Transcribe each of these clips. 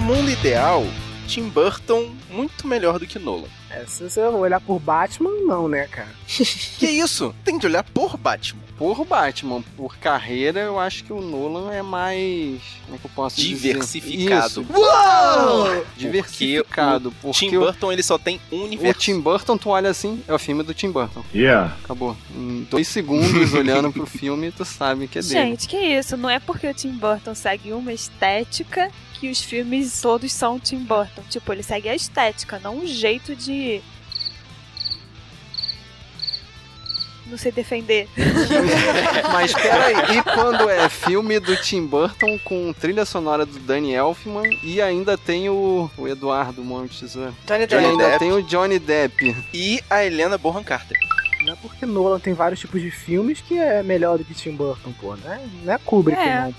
mundo ideal, Tim Burton muito melhor do que Nolan. É, se você olhar por Batman, não, né, cara? Que isso? Tem que olhar por Batman. Por Batman, por carreira, eu acho que o Nolan é mais. Como é que eu posso Diversificado. dizer? Isso. Uou! Diversificado. Porque Tim o, Burton ele só tem um o universo. Tim Burton, tu olha assim, é o filme do Tim Burton. Yeah. Acabou. Em dois segundos olhando pro filme, tu sabe que é dele. Gente, que isso? Não é porque o Tim Burton segue uma estética que os filmes todos são Tim Burton. Tipo, ele segue a estética, não um jeito de. Não sei defender. Mas peraí, e quando é filme do Tim Burton com trilha sonora do Danny Elfman e ainda tem o, o Eduardo Montes, né? Johnny E Johnny Depp. ainda Depp. tem o Johnny Depp. E a Helena Bonham Carter. Não é porque Nolan tem vários tipos de filmes que é melhor do que Tim Burton, pô. Não é, não é Kubrick, É. não.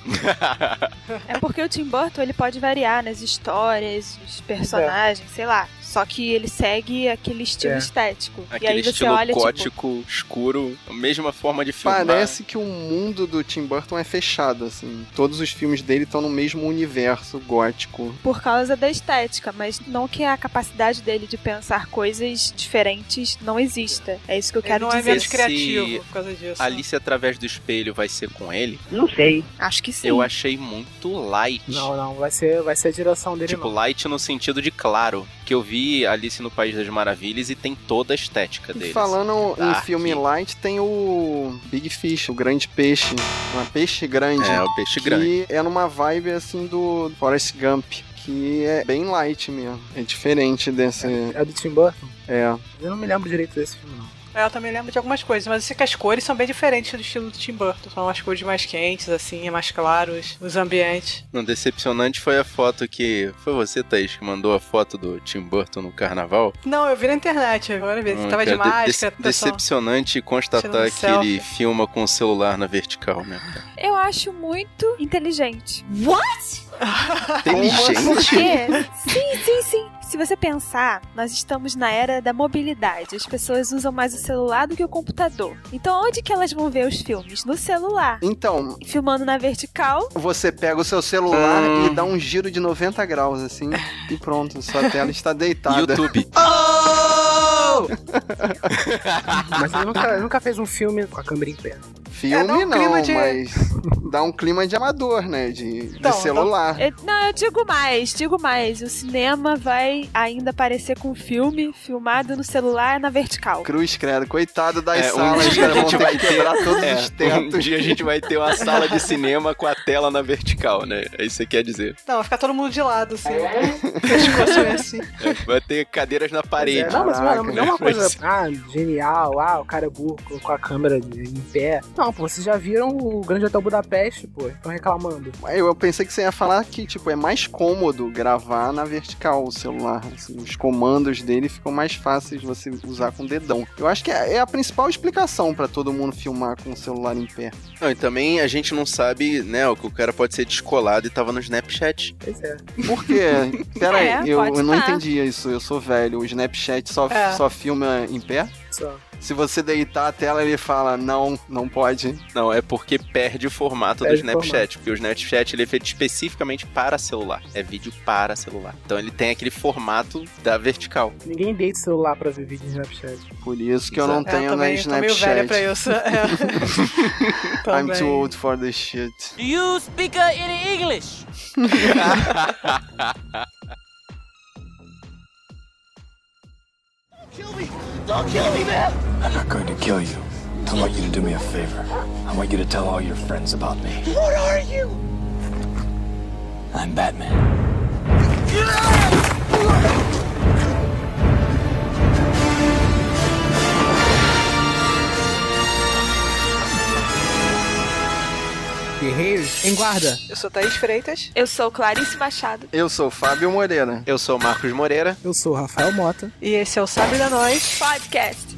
É porque o Tim Burton ele pode variar nas histórias, nos personagens, sei lá. Só que ele segue aquele estilo É. estético. e Aquele aí você estilo olha, tipo, gótico, escuro, a mesma forma de filmar. Parece que o mundo do Tim Burton é fechado, assim. Todos os filmes dele estão no mesmo universo gótico. por causa da estética, mas não que a capacidade dele de pensar coisas diferentes não exista. É isso que eu Ele quero não é dizer. menos dizer criativo se por causa disso. Alice através do espelho vai ser com ele. Não sei. Acho que sim. Eu achei muito light. Não, não, vai ser, vai ser a direção dele, Tipo, não. light no sentido de claro. Que eu vi Alice no País das Maravilhas e tem toda a estética E É deles. falando em Dark. filme light, tem o Big Fish, o grande peixe. Um peixe grande. É, o peixe que grande. é numa vibe assim do Forrest Gump, que é bem light mesmo. É diferente desse. É do Tim Burton? É. Eu não me lembro direito desse filme, não. É, Eu também lembro de algumas coisas, mas eu sei que as cores são bem diferentes do estilo do Tim Burton. São umas cores mais quentes, assim, mais claros, os ambientes. Não, decepcionante foi a foto que. Foi você, Thaís, que mandou a foto do Tim Burton no carnaval? Não, eu vi na internet, agora vi. Você Hum, tava de é cara, de- máscara, de- pessoal. Decepcionante tirando constatar que selfie. ele filma com o celular na vertical, né? Eu acho muito inteligente. Por Inteligente! quê? sim, sim, sim. Se você pensar, nós estamos na era da mobilidade. As pessoas usam mais o celular do que o computador. Então, onde que elas vão ver os filmes? No celular. Então, Filmando na vertical, você pega o seu celular Hum. e dá um giro de 90 graus, assim, e pronto, sua tela está deitada. YouTube. Mas ele nunca, ele nunca fez um filme com a câmera em pé. Filme É, dá um clima não, de- mas dá um clima de amador, né? De, de Então, celular. Eu- não, eu digo mais, digo mais. O cinema vai ainda aparecer com filme filmado no celular na vertical. Cruz, credo, coitado das É, um salas, dia cara, a gente vão ter vai que quebrar ter- todos É, os um tetos. dia a gente vai ter uma sala de cinema com a tela na vertical, né? É isso que você quer dizer. Não, vai ficar todo mundo de lado, assim. Pescoço meio assim. É, Vai ter cadeiras na parede. É, não, mas mano, Caraca, não é uma mas- coisa. Ah, genial, ah, o cara é burro, colocou a câmera de- em pé. Não, pô, vocês já viram o Grande Hotel Budapeste, pô, estão reclamando. Eu, eu pensei que você ia falar que, tipo, é mais cômodo gravar na vertical o celular. assim, os comandos dele ficam mais fáceis de você usar com o dedão. Eu acho que é, é a principal explicação pra todo mundo filmar com o celular em pé. Não, e também a gente não sabe, né, o que o cara pode ser descolado e tava no Snapchat. Pois é. Por quê? Pera aí, É, eu, pode eu não estar. entendi isso. Eu sou velho. O Snapchat só, É. só filma em pé? Só. Se você deitar a tela, ele fala: não, não pode. Não, é porque perde o formato Perde o do Snapchat, porque o Snapchat ele é feito especificamente para celular, é vídeo para celular. Então ele tem aquele formato da vertical. Ninguém deita o celular pra ver vídeo em Snapchat. Por isso que eu não Exato. tenho É, eu na também tô meio velha pra Snapchat. isso. é. I'm Também. too old for this shit. you speak uh, in English? I'm not going to kill you. I want you to do me a favor. I want you to tell all your friends about me. What are you? I'm Batman. Guerreiros, em guarda! Eu sou Thaís Freitas. Eu sou Clarice Machado. Eu sou o Fábio Moreira. Eu sou o Marcos Moreira. Eu sou o Rafael Mota. E esse é o Sabe da Nós. Podcast.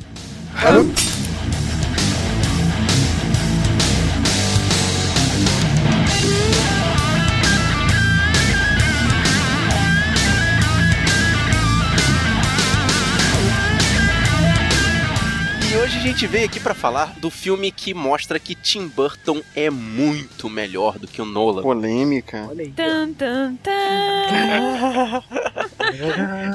E hoje a gente veio aqui pra falar do filme que mostra que Tim Burton é muito melhor do que o Nolan. Polêmica. Olha aí. Tan, tan, tan.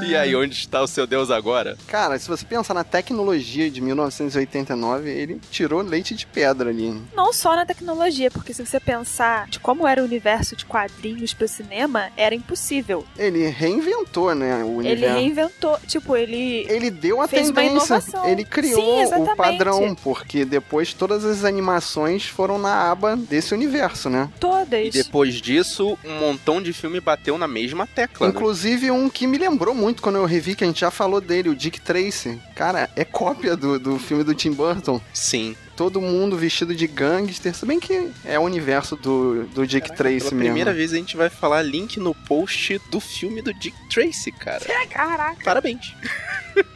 E aí, onde está o seu Deus agora? Cara, se você pensar na tecnologia de 1989, ele tirou leite de pedra ali. Não só na tecnologia, porque se você pensar de como era o universo de quadrinhos pro cinema, era impossível. Ele reinventou, né, o Ele universo. reinventou, tipo, ele Ele deu a Fez uma tendência, inovação. ele Sim, criou exatamente. o padrão, porque depois todas as animações foram na aba desse universo, né? todas. E depois disso, um montão de filme bateu na mesma tecla. né? Inclusive um que me lembrou muito quando eu revi, que a gente já falou dele, o Dick Tracy. Cara, é cópia do, do filme do Tim Burton. Sim. Todo mundo vestido de gangster, se bem que é o universo do, do Dick Pela Tracy mesmo. primeira vez a gente vai falar link no post do filme do Dick Tracy, cara. Caraca. Parabéns.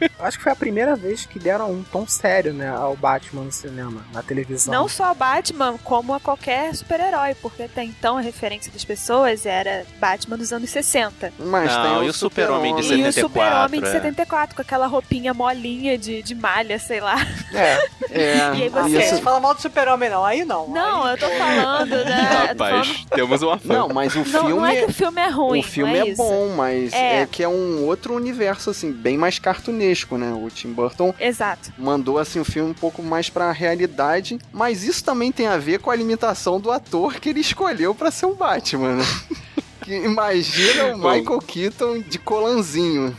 Eu acho que foi a primeira vez que deram um tom sério, né, ao Batman no cinema, na televisão. Não só a Batman, como a qualquer super-herói, porque até então a referência das pessoas era Batman dos anos 60. Mas Não, tem e o o Super-Homem de e o 74, Super-Homem de é. 74, com aquela roupinha molinha de, de malha, sei lá. É, E aí Ah, você- gente, isso- fala mal do super-homem não, aí não. Não, eu tô falando, né? eu tô falando- Rapaz, temos uma fã. Não, mas o Não, filme... não é que o filme é ruim. o filme não é, é, isso. bom, mas É. é. que é um outro universo, assim, bem mais cartunesco, né? O Tim Burton Exato. mandou, assim, o filme um pouco mais pra realidade, mas isso também tem a ver com a limitação do ator que ele escolheu pra ser o Batman, né? Que Imagina o Bom. Michael Keaton de colanzinho.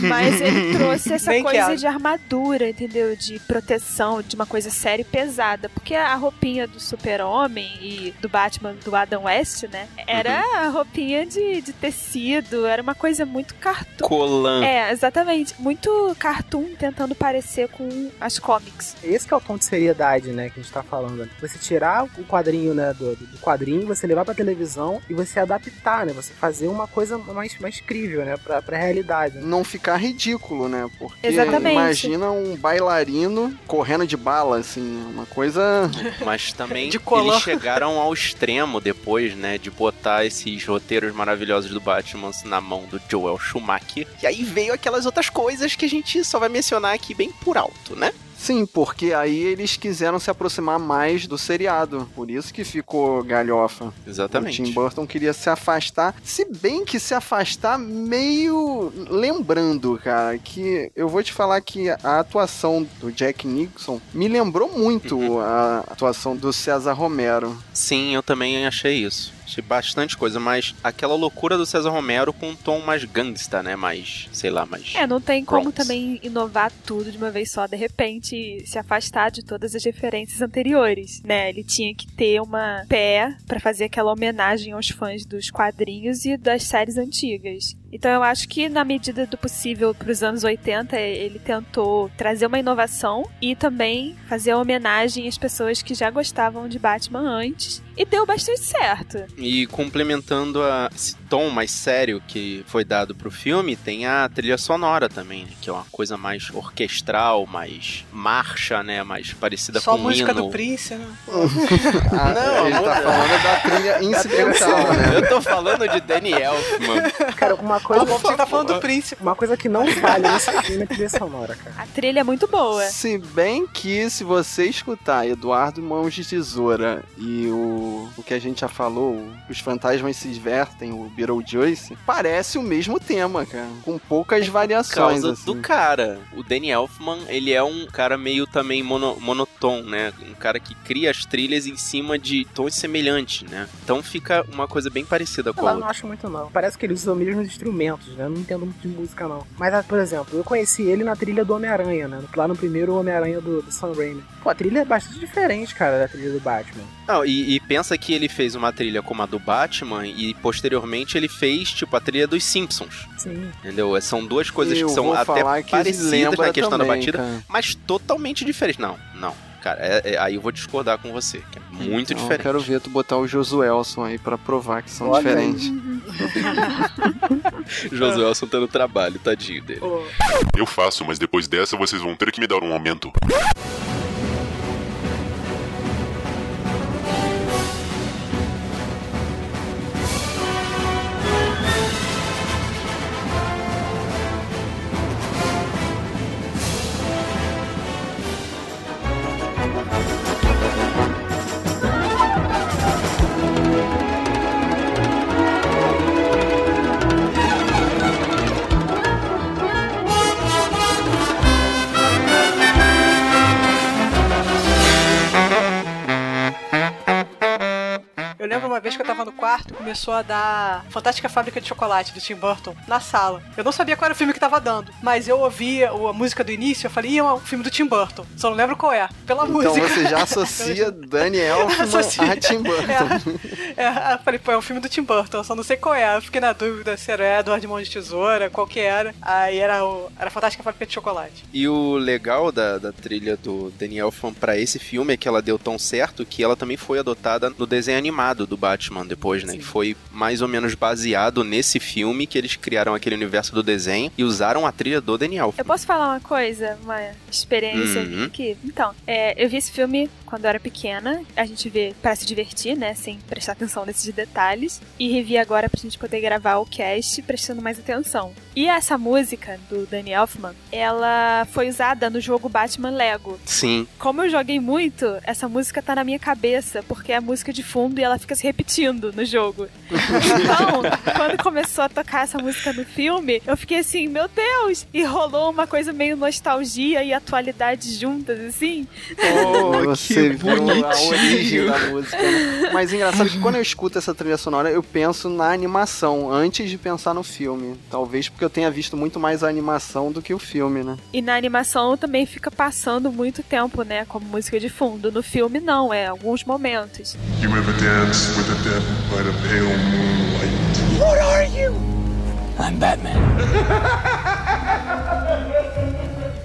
Mas ele trouxe essa Bem coisa que é. de armadura, entendeu? De proteção, de uma coisa séria e pesada. Porque a roupinha do super-homem e do Batman, do Adam West, né? Era a roupinha de, de tecido, era uma coisa muito cartoon. Colan. É, exatamente. Muito cartoon tentando parecer com as comics. Esse que é o tom de seriedade, né, que a gente tá falando. Você tirar o quadrinho, né, do, do quadrinho, você levar pra televisão e você adaptar, né, você fazer uma coisa mais, mais crível, né, pra, pra realidade. né? Não ficar ridículo, né? Porque Exatamente. imagina um bailarino correndo de bala, assim, uma coisa. Mas também De colar. eles chegaram ao extremo depois, né? De botar esses roteiros maravilhosos do Batman na mão do Joel Schumacher. E aí veio aquelas outras coisas que a gente só vai mencionar aqui bem por alto, né? Sim, porque aí eles quiseram se aproximar mais do seriado. Por isso que ficou galhofa. O Tim Burton queria se afastar, se bem que se afastar meio lembrando, cara, que eu vou te falar que a atuação do Jack Nixon me lembrou muito a atuação do César Romero. Sim, eu também achei isso. Achei bastante coisa, mas aquela loucura do César Romero com um tom mais gangsta, né? Mais, sei lá, mais. É, não tem como Pronto. também inovar tudo de uma vez só, de repente se afastar de todas as referências anteriores, né? Ele tinha que ter uma pé pra fazer aquela homenagem aos fãs dos quadrinhos e das séries antigas. Então eu acho que na medida do possível pros anos 80 ele tentou trazer uma inovação e também fazer homenagem às pessoas que já gostavam de Batman antes e deu bastante certo. E complementando a- esse tom mais sério que foi dado pro filme, tem a trilha sonora também, né, que é uma coisa mais orquestral, mais marcha, né? Mais parecida Só a com música hino. do Prince, né? A, Não, ele amor. tá falando da trilha incidental, né? Eu tô falando de Daniel, mano. Cara, uma Ah, coisa, bom, você tá falando do Prince. uma coisa que não falha nesse filme é trilha sonora, cara. A trilha é muito boa. Se bem que se você escutar Eduardo Mãos de Tesoura e o, o que a gente já falou, o Os Fantasmas Se Divertem, o Beetlejuice, parece o mesmo tema, cara. Com poucas variações, É causa assim. do cara. O Danny Elfman, ele é um cara meio também mono, monotom, né? Um cara que cria as trilhas em cima de tons semelhantes, né? Então fica uma coisa bem parecida com Sei lá, a não outra. acho muito não. Parece que ele usa os mesmos instrumentos, né? Eu não entendo muito de música não. Mas, ah, por exemplo, eu conheci ele na trilha do Homem-Aranha, né? Lá no primeiro Homem-Aranha do, do Sam Raimi. Pô, a trilha é bastante diferente, cara, da trilha do Batman. Não, e, e pensa que ele fez uma trilha como a do Batman e posteriormente ele fez, tipo, a trilha dos Simpsons, Sim. entendeu? É, São duas coisas Eu que são vou até falar que parecidas lembra na questão da também, batida, cara. mas totalmente diferentes. Não, não. Cara, é- é- aí eu vou discordar com você, que é muito Então, diferente. Quero ver tu botar o Josuelson aí pra provar que são Olha diferentes. Josué soltando trabalho, tadinho dele. Eu faço, mas depois dessa vocês vão ter que me dar um aumento. lembro uma vez que eu tava no quarto, começou a dar Fantástica Fábrica de Chocolate do Tim Burton na sala. Eu não sabia qual era o filme que tava dando, mas eu ouvia o- a música do início, eu falei, "Ih, é um filme do Tim Burton. Só não lembro qual é. Pela Então música. você já associa Daniel Associa. a Tim Burton. É, é, eu falei, pô, é um filme do Tim Burton, eu só não sei qual é. Eu fiquei na dúvida se era Edward Mão de Tesoura, qual que era. Aí era o. Era Fantástica Fábrica de Chocolate. E o legal da, da trilha do Daniel Fan pra esse filme é que ela deu tão certo que ela também foi adotada no desenho animado do Batman depois, né? Que foi mais ou menos baseado nesse filme que eles criaram aquele universo do desenho e usaram a trilha do Daniel. Eu posso falar uma coisa, uma experiência Uhum. que. Então, é, eu vi esse filme quando eu era pequena. A gente vê pra se divertir, né? Sem prestar atenção nesses detalhes. E revi agora pra gente poder gravar o cast prestando mais atenção. E essa música do Danny Elfman, ela foi usada no jogo Batman Lego. Sim, Como eu joguei muito, essa música tá na minha cabeça, porque é a música de fundo e ela fica se repetindo no jogo. Então, quando começou a tocar essa música no filme, eu fiquei assim, meu Deus! E rolou uma coisa meio nostalgia e atualidade juntas, assim. você viu a origem da música. né? Mas engraçado que quando eu escuto essa trilha sonora, eu penso na animação, antes de pensar no filme. Talvez porque eu tenha visto muito mais a animação do que o filme, né? E na animação também fica passando muito tempo, né, como música de fundo. No filme, não, é alguns momentos. You ever dance with the devil by the pale moonlight? I'm Batman.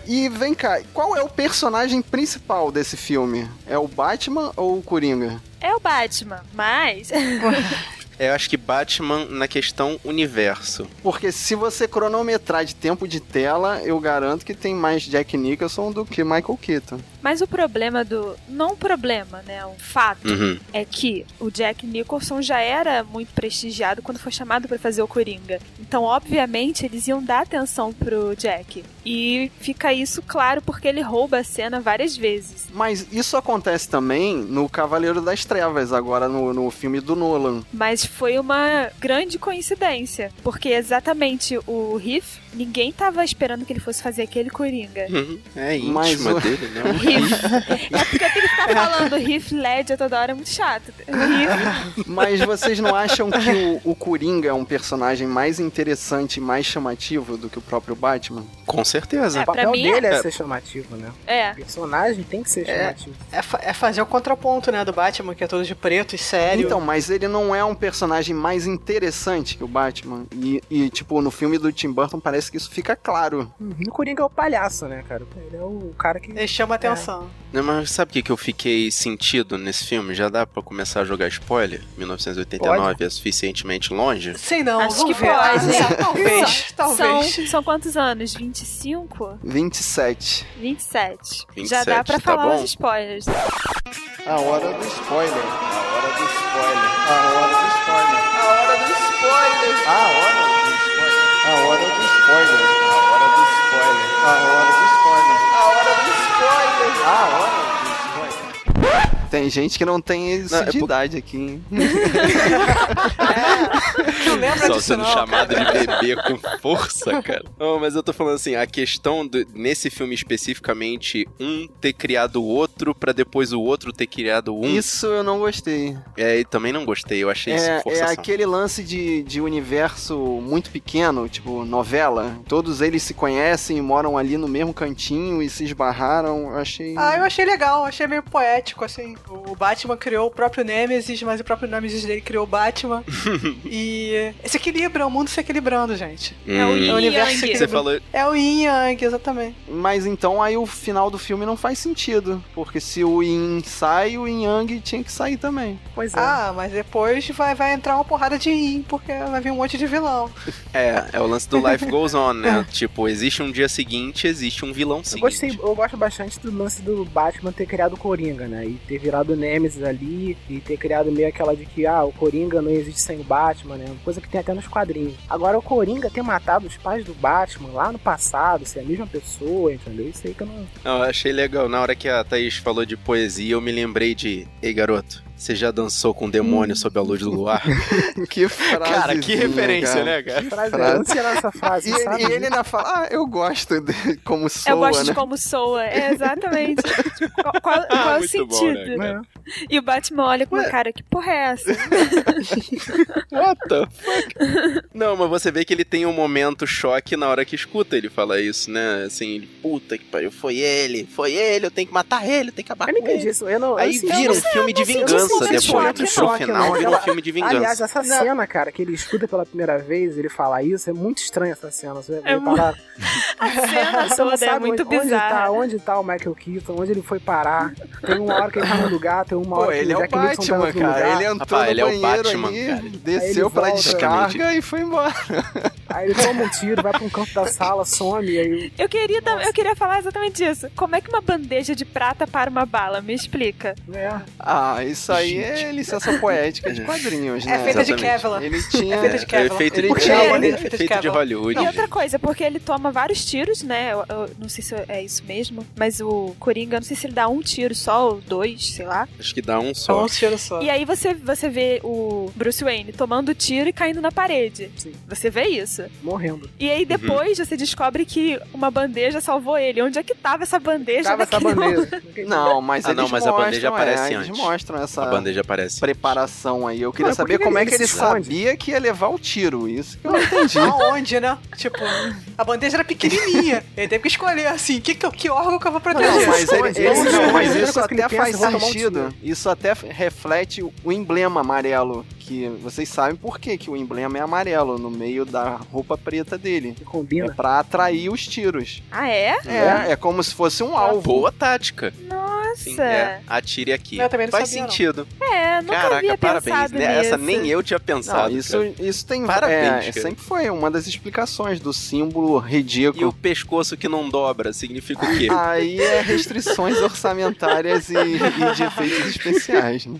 E vem cá, qual é o personagem principal desse filme? É o Batman ou o Coringa? É o Batman, mas. É, eu acho que Batman na questão universo. Porque se você cronometrar de tempo de tela, eu garanto que tem mais Jack Nicholson do que Michael Keaton. mas o problema do. Não um problema, né? Um fato. Uhum. é que o Jack Nicholson já era muito prestigiado quando foi chamado pra fazer o Coringa. Então, obviamente, eles iam dar atenção pro Jack. E fica isso claro porque ele rouba a cena várias vezes. Mas isso acontece também no Cavaleiro das Trevas, agora no, no filme do Nolan. Mas foi uma grande coincidência, porque exatamente o Riff, ninguém tava esperando que ele fosse fazer aquele Coringa. Uhum. É íntima Mas o- dele, né? Riff. É porque tem que ficar falando Riff Ledger toda hora, é muito chato. Riff. Mas vocês não acham que o, o Coringa é um personagem mais interessante e mais chamativo do que o próprio Batman? Com certeza. É, O papel pra mim é- dele é, é- ser chamativo, né? É. O personagem tem que ser É. chamativo. É, fa- é fazer o contraponto, né, do Batman, que é todo de preto e sério. Então, mas ele não é um personagem mais interessante que o Batman. E, e, tipo, no filme do Tim Burton parece que isso fica claro. Uhum. O Coringa é o palhaço, né, cara? Ele é o cara que. Ele chama atenção. Né, Mas sabe o que, que eu fiquei sentido nesse filme? Já dá pra começar a jogar spoiler? 1989 é suficientemente longe? Sei não, Acho vamos que ver. pode, hein? Ah, talvez, São, talvez. são quantos anos? 25? 27. 27. 27, Já dá pra tá falar bom? os spoilers. A hora do spoiler. A hora do spoiler. A hora do spoiler. A hora do spoiler. A hora do spoiler. A hora do spoiler. A hora do spoiler. A hora do spoiler. A hora do spoiler. A hora do spoiler. Tem gente que não tem isso Não, é de por- idade aqui. hein? Não lembra Só disso, sendo não. chamado de bebê com força, cara. Não, mas eu tô falando assim, a questão do- nesse filme especificamente, um ter criado o outro pra depois o outro ter criado um. Isso eu não gostei. É, e também não gostei, eu achei É, isso é forçação. aquele lance de, de universo muito pequeno, tipo novela. Todos eles se conhecem e moram ali no mesmo cantinho e se esbarraram. Eu achei. Ah, eu achei legal, achei meio poético, assim. O Batman criou o próprio Nemesis, mas o próprio Nemesis dele criou o Batman. e se equilibra, é o mundo se equilibrando, gente. É o Hum. Yin o universo Yang. que Você falou, É o Yin Yang, exatamente. Mas então aí o final do filme não faz sentido. Porque se o Yin sai, o Yin Yang tinha que sair também. Pois é. Ah, mas depois vai, vai entrar uma porrada de Yin, porque vai vir um monte de vilão. é, é o lance do Life Goes On, né? tipo, existe um dia seguinte, existe um vilão É. Eu, seguinte. gostei, eu gosto bastante do lance do Batman ter criado o Coringa, né? E ter virado o Nemesis ali, e ter criado meio aquela de que, ah, o Coringa não existe sem o Batman, né? Coisa que tem até nos quadrinhos. Agora, o Coringa ter matado os pais do Batman lá no passado, ser a mesma pessoa, entendeu? Isso aí que eu não. Não, eu achei legal. Na hora que a Thaís falou de poesia, eu me lembrei de. Ei, garoto, você já dançou com um demônio sob a luz do luar? Que frase. cara, que referência, né, cara? Frase, Frase. eu não sei lá essa frase, E ele, sabe? e ele ainda fala, ah, eu gosto de como soa, eu gosto né? de como soa. É, exatamente. Tipo, qual qual- qual é o Ah, Muito bom, sentido? né, cara? Né? E o Batman olha com uma Ué. cara, que porra é essa? What the fuck? Não, mas você vê que ele tem um momento choque na hora que escuta ele falar isso, né? Assim, ele, puta que pariu, foi ele, foi ele, eu tenho que matar ele, eu tenho que acabar Eu com não entendi ele. isso. Eu não, Aí eu, vira um eu- filme de eu não sei vingança se é depois. choque, No choque, final mas vira um ela- filme de Aliás, vingança. essa cena, cara, que ele escuta pela primeira vez, ele fala isso, é muito estranha essa cena. Você vai É mu- parar. A cena Você não toda sabe é muito onde, onde tá, bizarra. onde tá o Michael Keaton, onde ele foi parar. Tem uma hora que ele tá no lugar, tem uma hora Pô, que ele é o Jack Nicholson tá em Batman, outro cara. lugar. Ele entrou Rapaz, no ele é o banheiro Batman, ali, cara. desceu pra volta. descarga e foi embora. Aí ele toma um tiro, vai pra um canto da sala, some, aí Eu queria, tam- eu queria falar exatamente isso. Como é que uma bandeja de prata para uma bala? Me explica. né? Ah, isso aí é licença poética de quadrinhos, né? É feita de Exatamente. Kevlar. Ele tinha... É feita de Kevlar. É feito de, Ele Kevlar, tinha né? uma bandeja Feito feita de, de Kevlar. Hollywood. E outra coisa, porque ele toma vários tiros, né? Eu, eu não sei se é isso mesmo, mas o Coringa, eu não sei se ele dá um tiro só ou dois, sei lá. Acho que dá um Só só. um tiro só. E aí você, você vê o Bruce Wayne tomando tiro e caindo na parede. Sim. Você vê isso. morrendo. E Uhum. aí depois você descobre que uma bandeja salvou ele. Onde é que tava essa bandeja Tava essa naquele bandeira. Não, mas Ah, eles não, mas a mostram, bandeja aparece é, Eles antes. mostram essa A bandeja aparece. preparação aí. Eu queria Mas por saber que como ele- é que ele ele se esconde? sabia que ia levar o tiro. Isso que eu não entendi. Aonde, né? Tipo, a bandeja era pequenininha. Ele teve que escolher, assim, que, que, que órgão que eu vou Não, proteger. mas, é ele- Mas ele- ele- não, mas ele- isso ele- ele até pensa, faz vou tomar um sentido. Isso até f- reflete o o emblema amarelo. Que vocês sabem por quê, que o emblema é amarelo no meio da roupa preta dele. Que É combina. pra atrair os tiros. Ah, é? É, é como se fosse um alvo. Tá Boa tática. Nossa. Sim, é. Atire aqui. Eu também não Faz sabia, não. sentido. É, nunca Caraca, havia parabéns. pensado né? Essa nisso. nem eu tinha Não, pensado. isso, cara. isso tem Parabéns, é, cara. sempre foi uma das explicações do símbolo E o ridículo. pescoço que não dobra significa o quê? Aí é restrições orçamentárias e, e de efeitos especiais. né?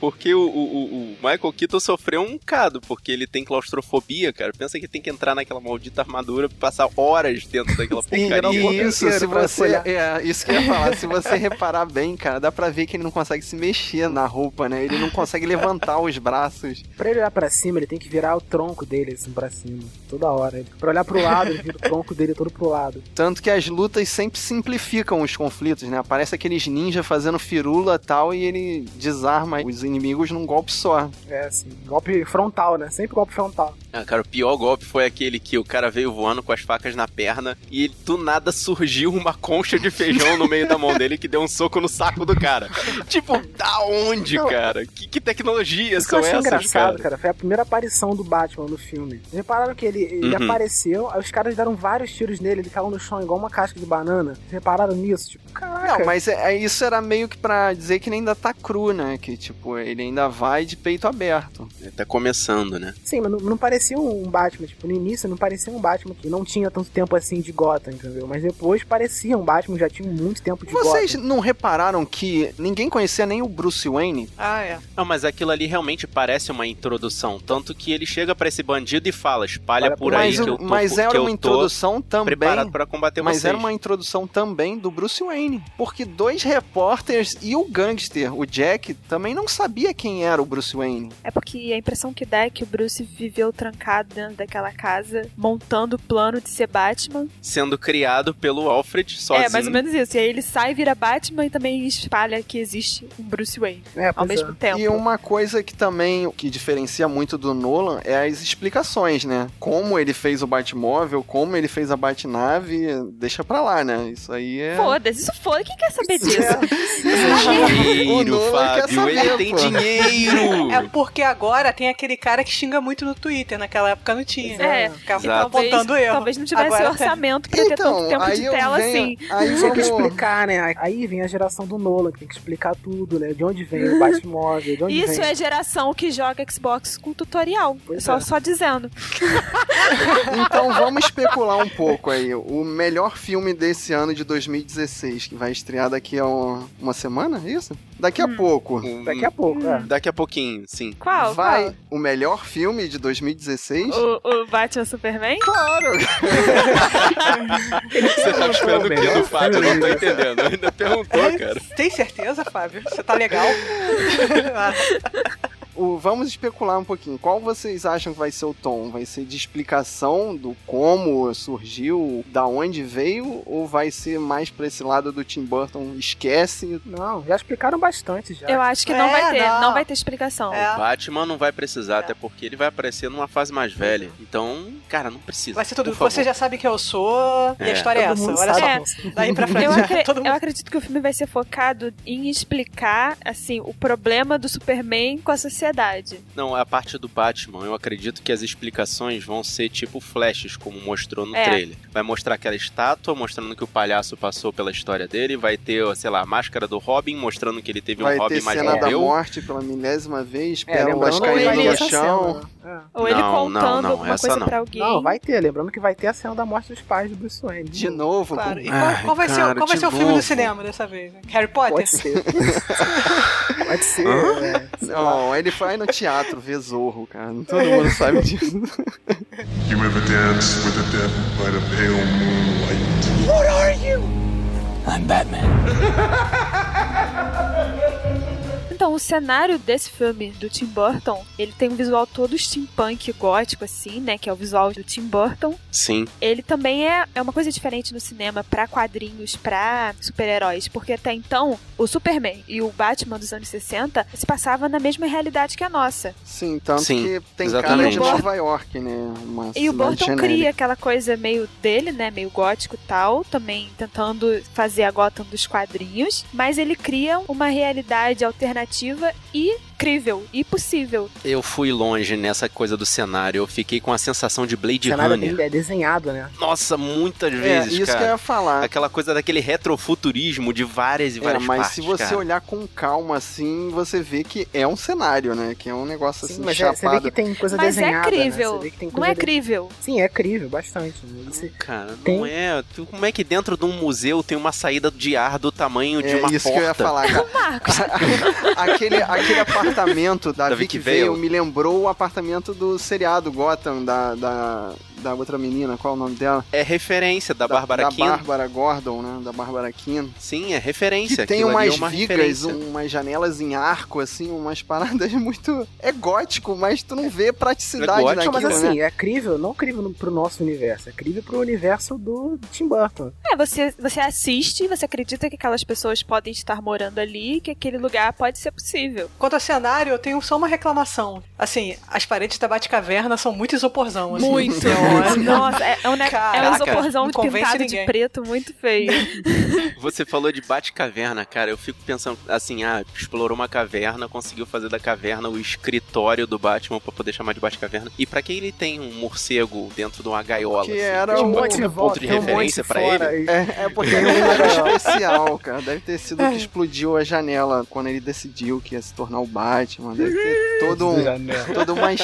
Porque o, o- o- o Michael Keaton sofreu um bocado, porque ele tem claustrofobia, cara. Pensa que tem que entrar naquela maldita armadura e passar horas dentro daquela E, um porcaria. e isso, se inteiro pra você. folhar. É, isso que eu ia falar. Se você reparar bem, cara, dá pra ver que ele não consegue se mexer na roupa, né? Ele não consegue levantar os braços. Pra ele olhar pra cima, ele tem que virar o tronco dele, assim, pra cima. Toda hora. Ele- Pra olhar pro lado, ele vira o tronco dele todo pro lado. Tanto que as lutas sempre simplificam os conflitos, né? Aparece aqueles ninja fazendo firula e tal, e ele desarma os inimigos num golpe só. É, assim, golpe frontal, né? Sempre golpe frontal. Ah, cara, o pior golpe foi aquele que o cara veio voando com as facas na perna e ele, do nada surgiu uma concha de feijão no meio da mão dele que deu um soco no saco do cara. tipo, da onde, Não. cara? Que, que tecnologias Isso que eu são achei essas, engraçado, cara? cara. Foi a primeira aparição do Batman no filme. Vocês Repararam que ele, ele Uhum. apareceu, aí os caras deram vários tiros nele, ele caiu no chão igual uma casca de banana. Vocês Repararam nisso? Tipo, caraca. Não, mas é- é- isso era meio que pra dizer que ele ainda tá cru, né? Que, tipo, ele ainda vai de peito aberto. Tá começando, né? Sim, mas não, não parecia um Batman. Tipo, no início não parecia um Batman que não tinha tanto tempo assim de Gotham, entendeu? Mas depois parecia um Batman, já tinha muito tempo de Vocês Gotham. não repararam que ninguém conhecia nem o Bruce Wayne? Ah, é. Não, mas aquilo ali realmente parece uma introdução. Tanto que ele chega pra esse bandido e fala: espalha Olha, por aí mas o- que eu tô, mas que era eu uma tô introdução também. preparado pra combater Mas vocês. era uma introdução também do Bruce Wayne. Porque dois repórteres e o gangster, o Jack, também não sabia quem era o Bruce Wayne. É porque a impressão que dá é que o Bruce viveu trancado dentro daquela casa, montando o plano de ser Batman. Sendo criado pelo Alfred sozinho. É, mais ou menos isso. E aí ele sai, vira Batman e também espalha que existe um Bruce Wayne É, ao pois é. mesmo tempo. E um- uma coisa que também que diferencia muito do Nolan é as explicações, né? Como ele fez o Batmóvel, como ele fez a Batnave, deixa pra lá, né? Isso aí é. Foda-se, isso foda. Quem quer saber disso? é. O Dinheiro, Nolan quer Fábio, ele saber, tem pô. dinheiro! É porque agora tem aquele cara que xinga muito no Twitter. Naquela época não tinha. É. Ficava E Exato. talvez, apontando erro. talvez não tivesse Agora tem. orçamento pra ter Então, tanto tempo aí de eu tela venho, assim. aí Tinha que vamos, explicar, né? Aí vem a geração do Nolan, que tem que explicar tudo, né? De onde vem o Batmóvel, Então, de onde Isso vem... é geração que joga Xbox com tutorial. Pois só, é. só dizendo. então vamos especular um pouco aí. O melhor filme desse ano de 2016, que vai estrear daqui a um- uma semana, é isso? Daqui a pouco. Hum, Daqui a pouco, é. daqui a pouquinho, sim. Qual? vai o melhor filme de 2016? Qual? O, o Batman Superman? Claro! Você tá esperando o bem, quê né? do Fábio? Eu não tô Beleza. entendendo. Ainda É perguntou, cara. Tem certeza, Fábio? Você tá legal? Ah, O o- vamos especular um pouquinho. Qual vocês acham que vai ser o tom? Vai ser de explicação do como surgiu, da onde veio, ou vai ser mais pra esse lado do Tim Burton? Esquece. Não, já explicaram bastante já. Eu acho que não É, vai ter, não. não vai ter explicação. É. Batman não vai precisar, É. até porque ele vai aparecer numa fase mais velha. Então, cara, não precisa. Vai ser tudo. Por favor. Vocês já sabem quem eu sou e É. a história é Todo essa. mundo Olha sabe só. É. disso. Daí pra frente. né? Eu, acre- Todo mundo- eu acredito que o filme vai ser focado em explicar, assim, o problema do Superman com a sociedade. Não, a parte do Batman, eu acredito que as explicações vão ser tipo flashes, como mostrou no É. trailer. Vai mostrar aquela estátua, mostrando que o palhaço passou pela história dele. Vai ter, sei lá, a máscara do Robin, mostrando que ele teve Vai um Robin, ter mas cena da morreu. morte pela milésima vez, É, pérolas lembrando que vai caindo ter no essa chão. cena, né? Ou ele Não, contando não, não, alguma essa coisa não. pra É. alguém. Não, vai ter. Lembrando que vai ter a cena da morte dos pais do Bruce Wayne. De novo, é? Claro. E com- qual, Ai, qual vai ser, Ah, cara, qual vai de ser o filme novo. do cinema dessa vez? Harry Potter? Pode ser. Pode ser. é. Sei lá. Não, ele vai no teatro ver Zorro, cara. Todo mundo sabe disso. You ever dance with the devil by the pale moonlight? I'm Batman. Então, o cenário desse filme do Tim Burton, ele tem um visual todo steampunk gótico, assim, né? Que é o visual do Tim Burton. Sim. Ele também é, é uma coisa diferente no cinema pra quadrinhos, pra super-heróis. Porque até então, o Superman e o Batman dos anos 60 se passavam na mesma realidade que a nossa. Sim, tanto Sim, que tem cara exatamente. de Nova York, né? Uma E cidade o Burton genérica. cria aquela coisa meio dele, né? Meio gótico e tal, também tentando fazer a Gotham dos quadrinhos, mas ele cria uma realidade alternativa e crível e possível. Eu fui longe nessa coisa do cenário. Eu fiquei com a sensação de O Blade cenário Runner. é desenhado, né? Nossa, muitas É, vezes, isso que eu cara. ia falar. Aquela coisa daquele retrofuturismo de várias e É, várias mas partes, se você cara. olhar com calma assim, você vê que é um cenário, né? Que é um negócio assim Sim, mas é, você vê chapado. que tem coisa mas desenhada. é né? crível. Você vê que tem Não coisa é de- crível. Sim, é crível, bastante. né? Você- Cara, não Tem- é. Tu- Como é que dentro de um museu tem uma saída de ar do tamanho de É uma isso porta? que eu ia falar, cara. Marcos, aquele, aquele apartamento da, Da Vic Vic Vale Vale. me lembrou o apartamento do seriado Gotham da, da, da outra menina, qual é o nome dela? É referência da, Bárbara da King. Bárbara Gordon, né? Da Bárbara Keane. Sim, é Que referência. tem Aquilo ali umas é uma vigas, um- referência. umas janelas em arco, assim, umas paradas muito. É gótico, mas tu não vê praticidade É gótico, Não, mas naquilo, né? assim, é crível, não crível no- pro nosso universo, é crível pro universo do Tim Burton. é, você, você assiste e você acredita que aquelas pessoas podem estar morando ali, que aquele lugar pode ser possível. Quanto ao cenário, eu tenho só uma reclamação. Assim, as paredes da Batcaverna são muito isoporzão. Assim. Nossa, é, é um, ne- é um Caraca, isoporzão não de convence pintado de ninguém. preto muito feio. Você falou de Bate-Caverna, cara. Eu fico pensando assim, ah, explorou uma caverna, conseguiu fazer da caverna o escritório do Batman pra poder chamar de Bate-Caverna. E pra que ele tem um morcego dentro de uma gaiola? Que assim? era Tipo, um um ponto de tem um referência monte pra ele? fora, e- É, é porque ele era especial, cara. Deve ter sido o que explodiu a janela quando ele decidiu que ia se tornar o Batman. Deve ter todo um- toda uma Quanto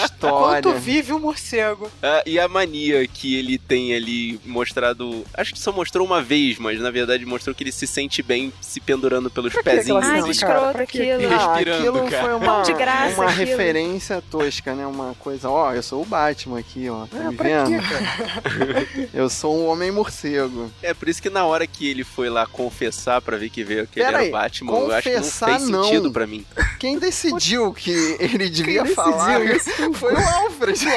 história. vive o morcego? Ah, e a mania que ele tem ali mostrado. Acho que só mostrou uma vez, mas na verdade mostrou que ele se sente bem se pendurando pelos Pra que aquela pezinhos. Ai, Não, que cara, escroto pra que aquilo. aquilo? Ah, Respirando, aquilo cara. foi uma, Tão de graça uma aquilo. referência tosca, né? Uma coisa, ó, eu sou o Batman aqui, ó. Tá Ah, me pra quê, vendo? cara? Eu sou um homem morcego. É por isso que na hora que ele foi lá confessar pra ver que veio que ele Pera era aí, o Batman, eu acho que não confessar fez não. sentido pra mim. Quem decidiu que ele devia decidiu falar isso? foi o Alfred. né?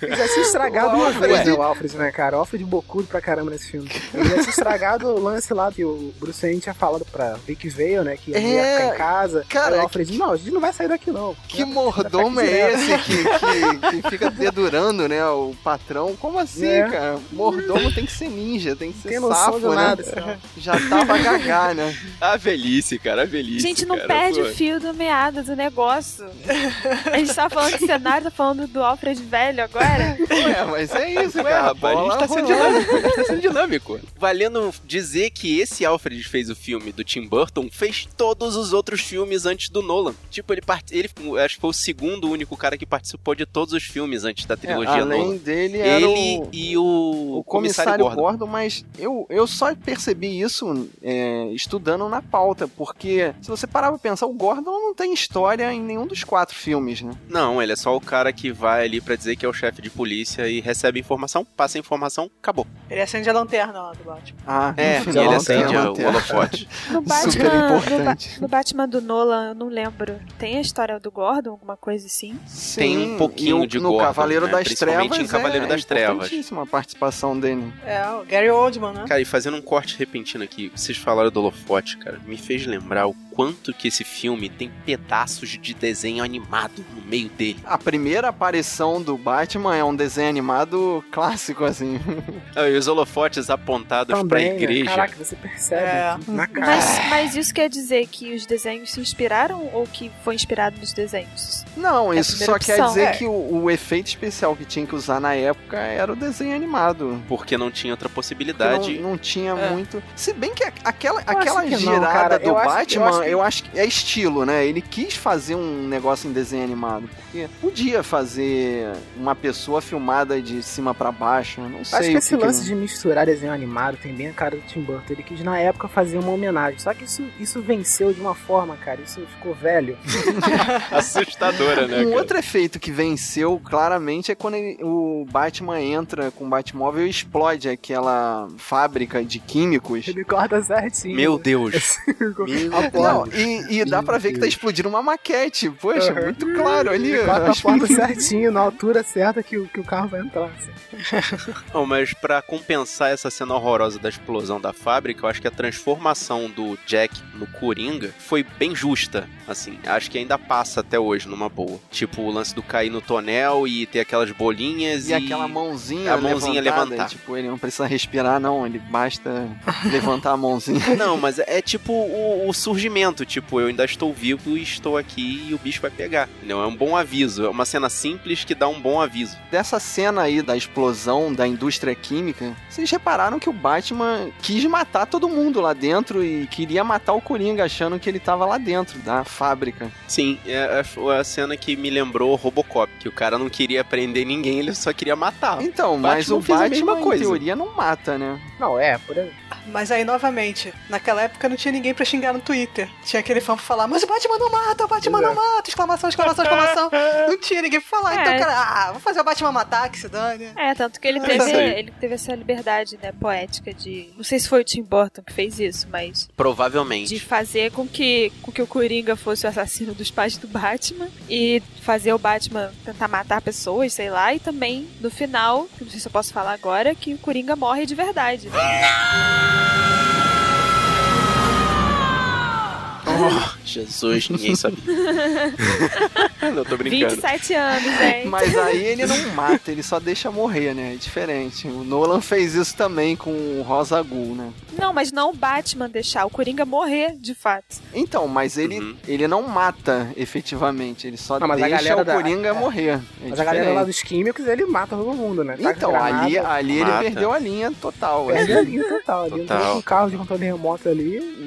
Ele já tinha estragado O uma Alfred. vez, né, o Alfred, né, cara? O Alfred bocudo pra caramba nesse filme. Ele já tinha estragado o lance lá que o Bruce Wayne tinha falado pra Vic Vale, né, que ele É. ia ficar em casa. Cara, Aí o Alfred, não, a gente não vai sair daqui não. Que mordomo é esse que, que, que fica dedurando, né? O patrão. Como assim, É. cara? Mordomo tem que ser ninja, tem que Não tem ser noção safo, de né? nada, esse cara. Já tava gagá, né? A velhice, cara, a velhice. gente, não cara, perde pô. o fio da meada do negócio. A gente tá falando de cenário, tá falando do Alfred velho agora. Ué, mas é isso, Ué, cara. rapaz, a gente bola tá sendo rolando. dinâmico, a gente tá sendo dinâmico. Valendo dizer que esse Alfred fez o filme do Tim Burton, fez todos os outros filmes antes do Nolan. Tipo, ele, part... ele acho que foi o segundo único cara que participou de todos os filmes antes da É, trilogia Nolan. além dele era Ele o... e o, o comissário Gordon. mas eu, eu só percebi isso é, estudando na pauta, porque se você parar pra pensar, o Gordon não tem história em nenhum dos quatro filmes, né? Não, ele é só o cara que vai ali pra dizer que é o chefe de polícia e recebe informação, passa a informação, acabou. Ele acende a lanterna lá do Batman. Ah, É, no e final ele tem a acende o lanterna. holofote. No Batman, Super no, Ba- importante. no Batman do Nolan, eu não lembro. Tem a história do Gordon, alguma coisa assim? Tem Sim, um pouquinho e o- de no Gordon, Cavaleiro né? das Principalmente Trevas. em Cavaleiro é, das é Trevas. importantíssima a participação dele. É, o Gary Oldman, né? Cara, e fazendo um corte repentino aqui, vocês falaram do holofote, cara, me fez lembrar o quanto que esse filme tem pedaços de desenho animado no meio dele. A primeira aparição do Batman é um desenho animado clássico, assim. Ah, E os holofotes apontados pra Também, né? igreja. Caraca, você percebe É. na cara. Mas, mas isso quer dizer que os desenhos se inspiraram ou que foi inspirado nos desenhos? Não, É a isso primeira só quer opção, dizer é. que o, o efeito especial que tinha que usar na época era o desenho animado. Porque não tinha outra possibilidade. Não, não tinha É. muito. Se bem que a- aquela, aquela que não, girada cara. do Eu acho que- eu Batman, acho que- eu acho que é estilo, né? Ele quis fazer um negócio em desenho animado. Porque podia fazer uma pessoa filmada de cima pra baixo. Não sei. um Acho que o esse lance de misturar desenho animado tem bem a cara do Tim Burton. Ele quis, na época, fazer uma homenagem. Só que isso, isso venceu de uma forma, cara. Isso ficou velho. Assustadora, né, Um cara? outro efeito que venceu claramente é quando ele- o Batman entra com o Batmóvel e explode aquela fábrica de químicos. Ele corta certinho. Meu Deus. Meu Não, e, e dá Meu pra ver que tá Deus. explodindo uma maquete. Poxa, Aham. muito claro ali. Corta a porta certinho, na altura certa que, o- que o carro vai entrar. assim. Não, mas pra compensar essa cena horrorosa da explosão da fábrica, eu acho que a transformação do Jack no Coringa foi bem justa, assim. Acho que ainda passa até hoje numa boa. Tipo o lance do cair no tonel e ter aquelas bolinhas e, E aquela mãozinha, A mãozinha levantada, levantar. Tipo, ele não precisa respirar, não. Ele basta levantar a mãozinha. Não, mas é tipo o, o surgimento, tipo, eu ainda estou vivo e estou aqui e o bicho vai pegar. Não, é um bom aviso, é uma cena simples que dá um bom aviso. Dessa cena aí da explosão da indústria química, vocês repararam que o Batman quis matar todo mundo lá dentro e queria matar o Coringa, achando que ele tava lá dentro da fábrica. Sim, é, é- foi a cena que me lembrou Robocop, que o cara não queria prender ninguém, ele só queria matar. Então, mas Batman o fez a mesma Batman, em coisa. teoria, não mata, né? Não, é, por aí. Mas aí, novamente, naquela época não tinha ninguém pra xingar no Twitter. Tinha aquele fã pra falar, mas o Batman não mata, o Batman não mata, exclamação, exclamação, exclamação. Não tinha ninguém pra falar. Então, É. cara, ah, vou fazer o Batman matar, que se dane. É, tanto que ele É isso teve, aí. ele teve essa liberdade, né, poética de. Não sei se foi o Tim Burton que fez isso, mas de Provavelmente. fazer com que, com que o Coringa fosse o assassino dos pais do Batman e fazer o Batman tentar matar pessoas, sei lá, e também no final, que não sei se eu posso falar agora, que o Coringa morre de verdade. Ah, Oh, Jesus, ninguém sabia. não, tô brincando. 27 anos, hein? Mas aí ele não mata, ele só deixa morrer, né? É diferente. O Nolan fez isso também com o Rosa Gul, né? Não, mas não o Batman deixar, o Coringa morrer, de fato. Então, mas ele, Uhum. ele não mata efetivamente, ele só Não, mas a deixa galera o da- Coringa é. morrer. É Mas a galera lá diferente. dos químicos, ele mata todo mundo, né? Taca Então, granada, ali, ali ele mata. perdeu a linha total. É Perde a linha total. Ele Total. entrou com o carro de controle remoto ali.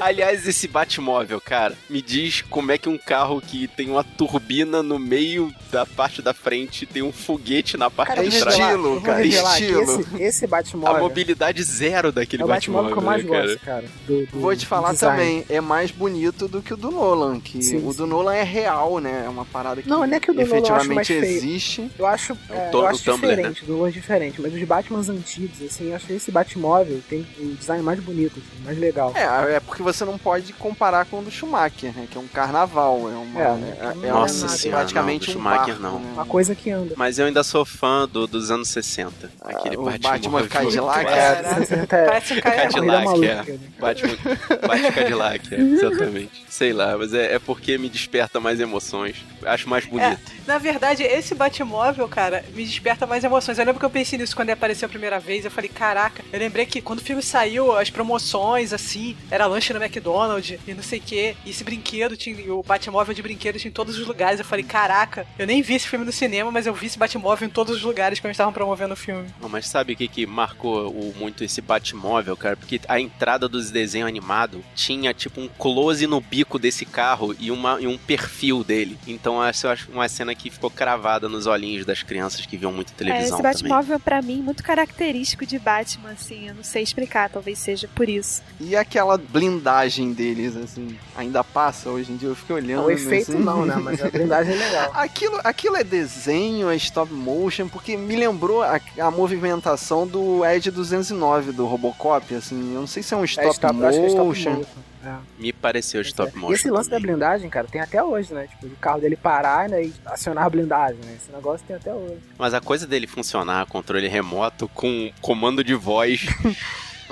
Aliás, esse Batmóvel, cara, me diz como é que um carro que tem uma turbina no meio da parte da frente tem um foguete na parte Cara, é de eu vou trás. revelar- estilo, eu vou cara, revelar aqui, estilo. Esse, esse A Batmóvel mobilidade zero daquele é o Batmóvel que eu mais Batmóvel, né, gosto, cara. do- do- Vou te do falar design. também, é mais bonito do que o do Nolan, que Sim, o sim. do Nolan é real, né? É uma parada que, Não, não é que o do Nolan eu acho mais efetivamente feio. existe. Eu acho, É o é, Thor eu do acho Tumblr, diferente, do Lord diferente, mas os Batmans antigos, assim, eu achei esse Batmóvel tem um design mais bonito, assim, mais legal. É, é porque você não pode comparar com o do Schumacher, né? Que é um carnaval, é uma... É, É, é Nossa um- Senhora, praticamente não, do um Schumacher barco, não. né? Uma coisa que anda. Mas eu ainda sou fã do- dos anos 60. Ah, Aquele o Batmóvel. Batman Cadillac, né? É, Caraca. Você até- Parece o cara. é uma corrida Cadillac, maluca, né? Batman, Batman Cadillac, é, exatamente. Sei lá, mas é, é porque me desperta mais emoções. Acho mais bonito. Na verdade, esse Batmóvel, cara, me desperta mais emoções. Eu lembro que eu pensei nisso quando ele apareceu a primeira vez. Eu falei, caraca, eu lembrei que quando o filme saiu, as promoções, assim, era lanche no McDonald's e não sei o quê. E esse brinquedo tinha, o Batmóvel de brinquedo tinha em todos os lugares. Eu falei, caraca, eu nem vi esse filme no cinema, mas eu vi esse Batmóvel em todos os lugares quando eles estavam promovendo o filme. Não, Mas sabe o que, que marcou o- muito esse Batmóvel, cara? Porque a entrada dos desenhos animados tinha tipo um close no bico desse carro e, uma, e um perfil dele. Então essa eu acho uma cena que ficou cravada nos olhinhos das crianças que viam muito É, televisão esse também. Batmóvel, pra mim, muito característico de Batman, assim, eu não sei explicar, talvez seja por isso. E aquela blindagem deles, assim, ainda passa hoje em dia? Eu fico olhando. O perfeito assim. não, né? Mas a blindagem é legal. Aquilo, aquilo é desenho, é stop motion, porque me lembrou a, a movimentação do Ed 209 do Robocop, assim, eu não sei se é um É stop, stop- eu acho que é stop motion. motion, é. Me pareceu stop motion. E esse lance da também. blindagem, cara, tem até hoje, né? Tipo, o carro dele parar né, e acionar a blindagem, né? Esse negócio tem até hoje. Mas a coisa dele funcionar, controle remoto, com comando de voz.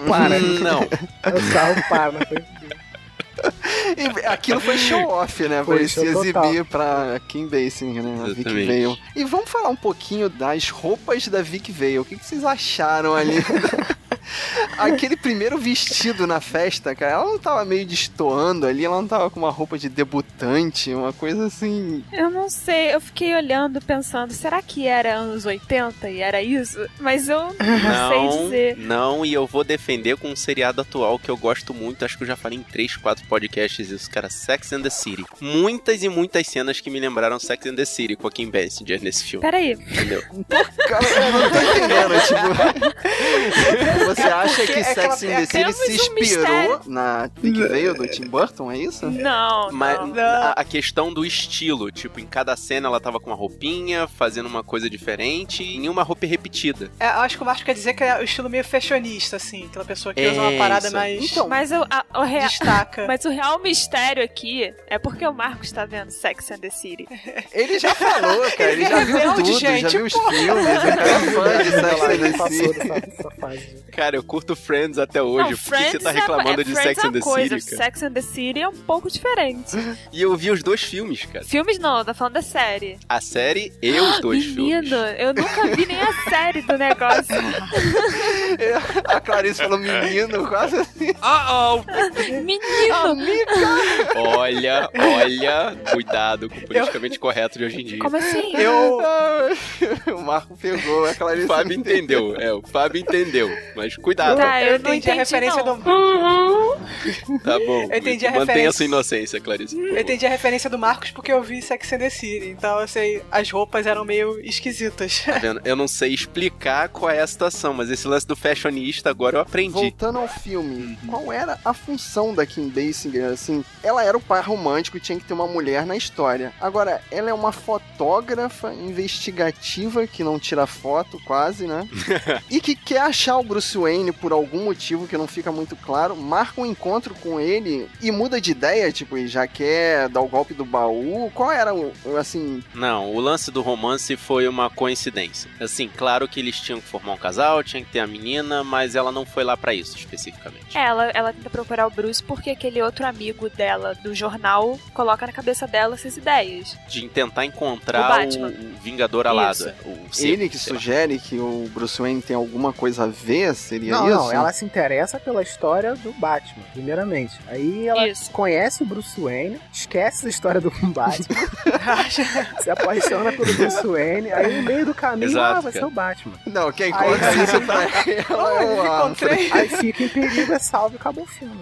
Para. Uhum. Hum, não. Aí O carro para, mas foi. E aquilo foi show-off, né? Foi Foi se show total. exibir pra Kim Basinger, né? A Vic Exatamente. Vale. E vamos falar um pouquinho das roupas da Vic Vale. O que, que vocês acharam ali? Aquele primeiro vestido na festa, cara, ela não tava meio destoando ali, ela não tava com uma roupa de debutante, uma coisa assim. Eu não sei, eu fiquei olhando, pensando, será que era anos 80 e era isso? Mas eu não sei Não, dizer. não, e eu vou defender com um seriado atual que eu gosto muito, acho que eu já falei em 3, 4 podcasts isso, cara, Sex and the City. Muitas e muitas cenas que me lembraram Sex and the City com a Kim Basinger nesse filme, Peraí, entendeu? Cara, eu não tô entendendo, é tipo. Você acha que é aquela- Sex and the é- City se temos um mistério. inspirou na Vic Vale do Tim Burton, é isso? não, Mas não. a, a questão do estilo, tipo, em cada cena ela tava com uma roupinha, fazendo uma coisa diferente e nenhuma roupa repetida. É, acho que o Márcio quer dizer que é o estilo meio fashionista, assim. Aquela pessoa que É usa uma parada isso. mais. Então, Mas o, a- o rea- destaca. Mas o real mistério aqui é porque o Marcos tá vendo Sex and the City. Ele já falou, cara. Ele, Ele já é viu rebelde, tudo, já gente, viu os filmes. Ele é fã de Sex and Ele the passou City. dessa, dessa fase. Cara, eu curto Friends até hoje, não, por que você tá é- reclamando é, de Friends Sex é and uma the coisa, City, cara? Sex and the City é um pouco diferente. E eu vi os dois filmes, cara. Filmes não, tá falando da série. A série e os dois Menino, filmes. eu nunca vi nem a série do negócio. A Clarice falou menino, quase assim. Menino, Olha, olha, cuidado com o politicamente correto de hoje em dia. como assim? Eu. Ah, o Marco pegou, a Clarice. O Fábio entendeu, é, o Fábio entendeu, mas cuidado, Tá, eu, eu não entendi a referência não. do- Uhum. tá bom? Eu entendi a Mantenha referência. sua inocência, Clarice. por Eu favor. entendi a referência do Marcos porque eu vi Sex and the City, então eu sei, as roupas eram meio esquisitas. Tá vendo? Eu não sei explicar qual é a situação, mas esse lance do fashionista agora eu aprendi. Voltando ao filme, qual era a função da Kim Basinger, assim? Ela era o par romântico, tinha que ter uma mulher na história. Agora, ela é uma fotógrafa investigativa que não tira foto, quase, né? e que quer achar o Bruce Wayne por algum motivo que não fica muito claro, marca um encontro com ele e muda de ideia, tipo, e já quer dar o golpe do baú. Qual era o, o, assim... Não, o lance do romance foi uma coincidência. Assim, claro que eles tinham que formar um casal, tinha que ter a menina, mas ela não foi lá pra isso especificamente. Ela, ela tenta procurar o Bruce porque aquele outro amigo dela do jornal coloca na cabeça dela essas ideias. De tentar O encontrar o, Batman. o Vingador Alado. o Sebo, ele que sei lá. sugere que o Bruce Wayne tem alguma coisa a ver, seria Não, é isso? não, ela se interessa pela história do Batman, primeiramente. Aí ela Isso. conhece o Bruce Wayne, esquece a história do Batman, se apaixona pelo Bruce Wayne, aí no meio do caminho, Exato, ah, você cara. é o Batman. Não, Aí- quem conta isso pra ela é o Alfred. Encontrei. Aí fica em perigo, é salvo e acabou o filme.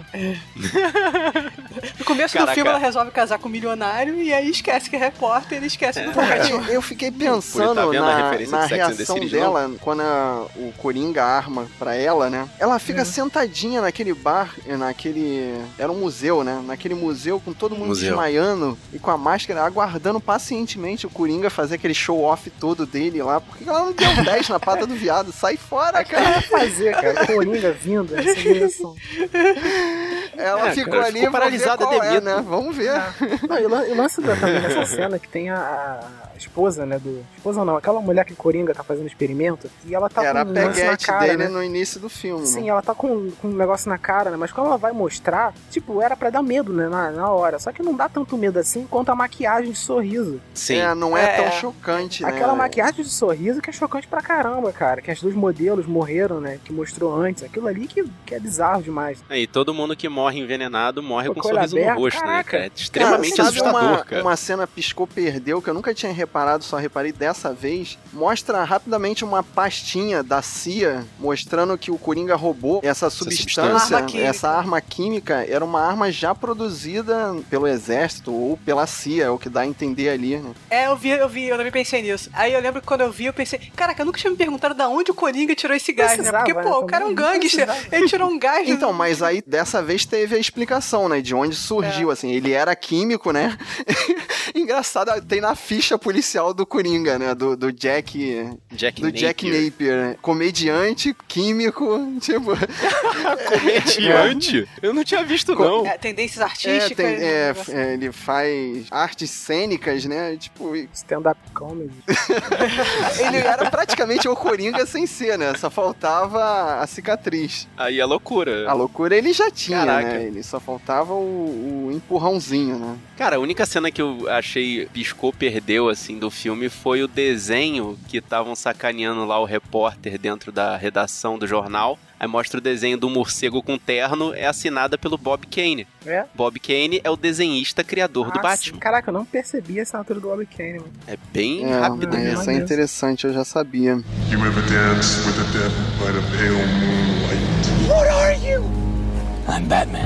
No começo do Caraca. filme ela resolve casar com um milionário e aí esquece que é repórter e esquece do tipo, Batman. Eu fiquei É. Pô, pensando tá vendo a na, referência na de Sex and the reação City de dela quando a- o Coringa arma pra ela, né? Ela Hum. fica sentadinha naquele bar, eh, naquele. Era um museu, né? Naquele museu com todo mundo Museu. desmaiando e com a máscara, aguardando pacientemente o Coringa fazer aquele show-off todo dele lá. Por que ela não deu 10 na pata do viado? Sai fora, O que ela cara! vai fazer, É, cara? Coringa vindo nessa direção. Ela É, ficou cara, ali ficou paralisada paralisada qual de é, medo. né? Vamos ver. Não, e o lan- e o lance da, também dessa cena que tem a, a esposa, né? Do, esposa não, aquela mulher que o Coringa tá fazendo experimento e ela tá Era a com um lance na peguete cara, dele né? no início do filme. né? Sim, ela tá com, com um negócio na cara, né? Mas quando ela vai mostrar, tipo, era pra dar medo, né? Na, na hora. Só que não dá tanto medo assim quanto a maquiagem de sorriso. Sim. É, não é, É, tão é. chocante, né? Aquela maquiagem de sorriso que é chocante pra caramba, cara. Que as duas modelos morreram, né? Que mostrou antes. Aquilo ali que, que é bizarro demais. É, E todo mundo que morre envenenado morre Com com um olho sorriso aberto, no rosto, né, caraca. cara? É extremamente Cara, sabe assustador, uma, cara. uma cena piscou, perdeu, que eu nunca tinha reparado, só reparei dessa vez. Mostra rapidamente uma pastinha da CIA mostrando que o Coringa roubou, essa substância, substância. Arma química. essa arma química, era uma arma já produzida pelo exército ou pela CIA, é o que dá a entender ali, né? É, eu vi, eu vi, eu também pensei nisso. Aí eu lembro que quando eu vi, eu pensei, caraca, nunca tinha me perguntado da onde o Coringa tirou esse gás, né? Precisava, Porque, né? pô, o cara é um Também gangster, ele tirou um gás. Então, mas aí dessa vez teve a explicação, né? De onde É. surgiu, assim. Ele era químico, né? Engraçado, tem na ficha policial do Coringa, né? Do, do Jack. Jack Do Jack Napier. Napier, né? Comediante, químico, tipo. Comediante? Eu não tinha visto, não. É, tendências É, artísticas. tem- é, né? f- é, ele faz artes cênicas, né? Tipo, e- Stand-up comedy. ele era praticamente o Coringa sem ser, né? Só faltava a cicatriz. Aí é loucura. A loucura ele já tinha, Caraca. né? Ele só faltava o, o empurrãozinho, né? Cara, a única cena que eu achei piscou, perdeu, assim, do filme foi o desenho que estavam sacaneando lá o repórter dentro da redação do jornal. Aí mostra o desenho do morcego com terno, é assinada pelo Bob Kane. É? Bob Kane é o desenhista criador do Ah, Batman. Caraca, eu não percebi a assinatura do né? Bob Kane, mano. É bem É, rápido é. mesmo. Isso é interessante, eu já sabia. You ever dance with the devil by the pale moonlight? I'm Batman.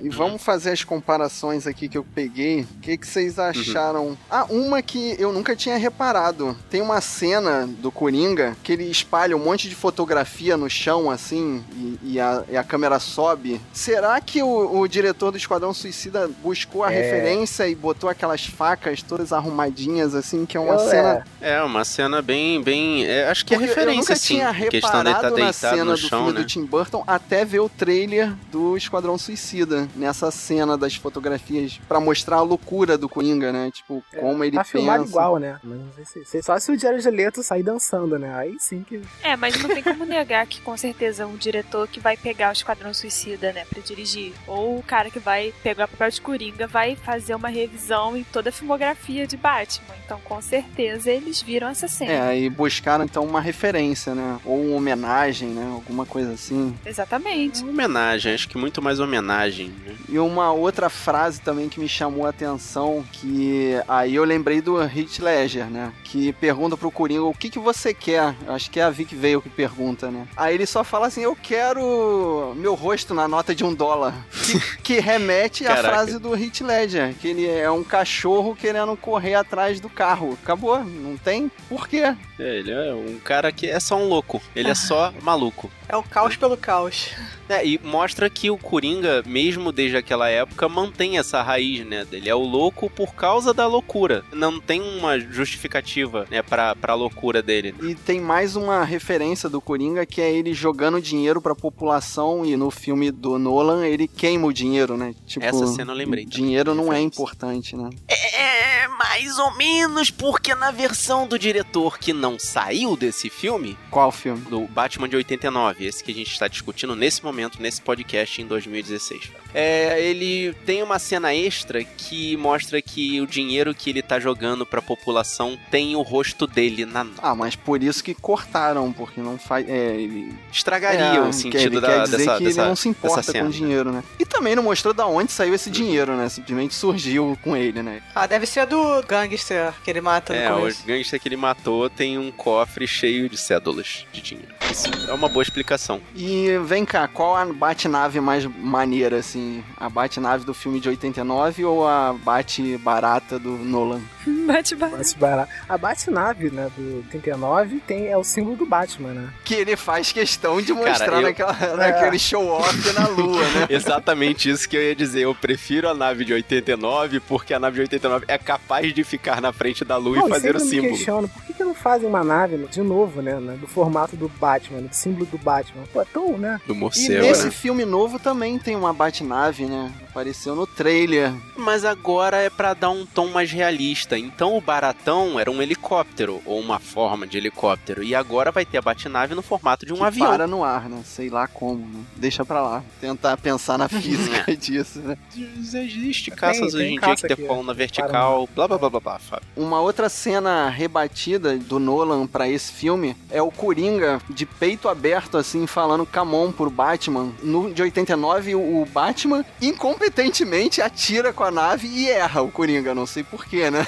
E vamos fazer as comparações aqui que eu peguei. O que, que Uhum. vocês acharam? Ah, uma que eu nunca tinha reparado. Tem uma cena do Coringa que ele espalha um monte de fotografia no chão, assim, e, e a, e a câmera sobe. Será que o, o diretor do Esquadrão Suicida buscou a É. referência e botou aquelas facas todas arrumadinhas, assim, que é uma Eu- cena. É, uma cena bem, bem... é, acho que é Porque referência, eu nunca sim. tinha em questão dele estar reparado na deitado cena no do chão, filme né? do Tim Burton até ver o trailer do Esquadrão Suicida. Nessa cena das fotografias pra mostrar a loucura do Coringa, né? Tipo, como ele tá pensa. filmado igual, né? Mas não sei se- se- só se o Diário de Leto sair dançando, né? Aí sim que. É, mas não tem como negar que com certeza um diretor que vai pegar o Esquadrão Suicida, né, pra dirigir, ou o cara que vai pegar o papel de Coringa vai fazer uma revisão em toda a filmografia de Batman. Então, com certeza eles viram essa É, cena. aí buscaram então uma referência, né? Ou uma homenagem, né? Alguma coisa assim. É. Exatamente. Uma homenagem, acho que muito mais homenagem. né? E uma outra frase também que me chamou a atenção, que aí eu lembrei do Heath Ledger, né? Que pergunta pro Coringa, o que que você quer? Eu Acho que é a Vic veio que pergunta, né? Aí ele só fala assim, eu quero meu rosto na nota de um dólar. Que, que remete à Caraca. frase do Heath Ledger, que ele é um cachorro querendo correr atrás do carro. Acabou, não tem porquê. É, ele é um cara que é só um louco. Ah. Ele é só maluco. É o caos pelo caos. É, e mostra que o Coringa, mesmo desde aquela época, mantém essa raiz, né? Ele é o louco por causa da loucura. Não tem uma justificativa, né, pra, pra loucura dele. E tem mais uma referência do Coringa que é ele jogando dinheiro pra população e no filme do Nolan ele queima o dinheiro, né? Tipo, Essa cena eu lembrei também, Dinheiro não é referência. importante, né? É, mais ou menos, porque na versão do diretor que não saiu desse filme, Qual filme? do Batman de 89, esse que a gente está discutindo nesse momento, nesse podcast em 2016. É, ele tem uma cena extra que mostra que o dinheiro que ele tá jogando pra população tem o rosto dele na nota. Ah, mas por isso que cortaram, porque não faz. É, ele Estragaria É, o que sentido ele da, quer dizer dessa, que dessa, ele não se importa dessa cena. Uhum. com o dinheiro, né? E também não mostrou da onde saiu esse dinheiro, né? Simplesmente surgiu com ele, né? Ah, deve ser a do gangster que ele mata É, no o começo. gangster que ele matou tem um cofre cheio de cédulas de dinheiro. Isso é uma boa explicação. E vem cá, qual a Batnave mais maneira, assim? A Batnave do filme de 89 ou a Bate Barata do Nolan? Bate bate. Bate barato. A Batnave, né, do 39, tem, é o símbolo do Batman, né? que ele faz questão de Cara, mostrar eu- naquela- naquele show-off na lua, né? Exatamente isso que eu ia dizer. Eu prefiro a nave de 89 porque a nave de 89 é capaz de ficar na frente da lua Não, e fazer sempre o me símbolo. questiono, por que, que não fazem uma nave, né, de novo, né, né, do formato do Batman, do símbolo do Batman? Pô, é tão, né? Do E morcego. nesse né? filme novo também tem uma Batnave, né? Apareceu no trailer. Mas agora é pra dar um tom mais realista. Então o baratão era um helicóptero, ou uma forma de helicóptero. E agora vai ter a Batnave no formato de um que avião. Para no ar, né? Sei lá como, né? Deixa pra lá. Tentar pensar na física disso, né? Existe caças tem hoje em dia caça que aqui, né? tem coluna para vertical, blá blá blá blá blá, Fábio. Uma outra cena rebatida do Nolan pra esse filme é o Coringa de peito aberto, assim, falando Camon pro Batman. No de 89, o o Batman incompetentemente atira com a nave e erra o Coringa. Não sei porquê, né?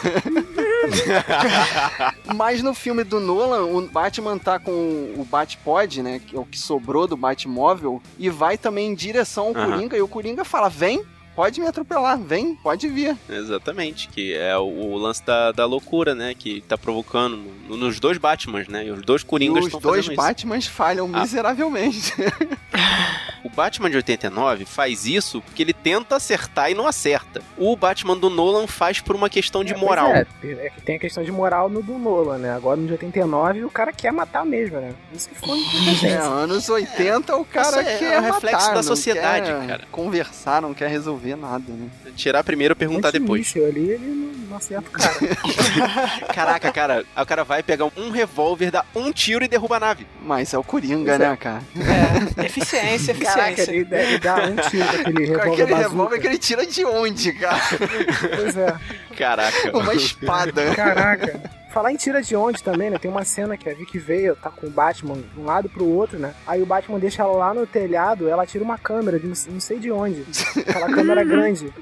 Mas no filme do Nolan, o Batman tá com o Batpod, né? Que é o que sobrou do Batmóvel, e vai também em direção ao Aham. Coringa, e o Coringa fala: vem, pode me atropelar, vem, pode vir. Exatamente, que é o, o lance da, da loucura, né? Que tá provocando no- nos dois Batmans, né? E os dois E Coringas os estão dois fazendo isso. Batmans falham Ah. miseravelmente. O Batman de 89 faz isso porque ele tenta acertar e não acerta. O Batman do Nolan faz por uma questão de É, pois moral. É, é que tem a questão de moral no do Nolan, né? Agora no de 89 o cara quer matar mesmo, né? Isso que foi É, interessante. anos 80 o cara Isso é quer um reflexo matar, da não sociedade, quer cara. Conversar, não quer resolver nada, né? Tirar primeiro e perguntar Nesse depois. início ali, ele não, não acerta o cara. Caraca, cara, aí o cara vai pegar um revólver, dá um tiro e derruba a nave. Mas é o Coringa, Pois né, cara? É, eficiência, eficiência. Caraca, ele, dá- ele dá um tiro daquele Com revólver aquele bazooka. revólver que ele tira de onde, cara? Pois é. Caraca. Uma espada. Caraca. Falar em tira de onde também, né? Tem uma cena que a Vicky veio, tá com o Batman de um lado pro outro, né? Aí o Batman deixa ela lá no telhado, ela tira uma câmera de não não sei de onde. Aquela câmera grande.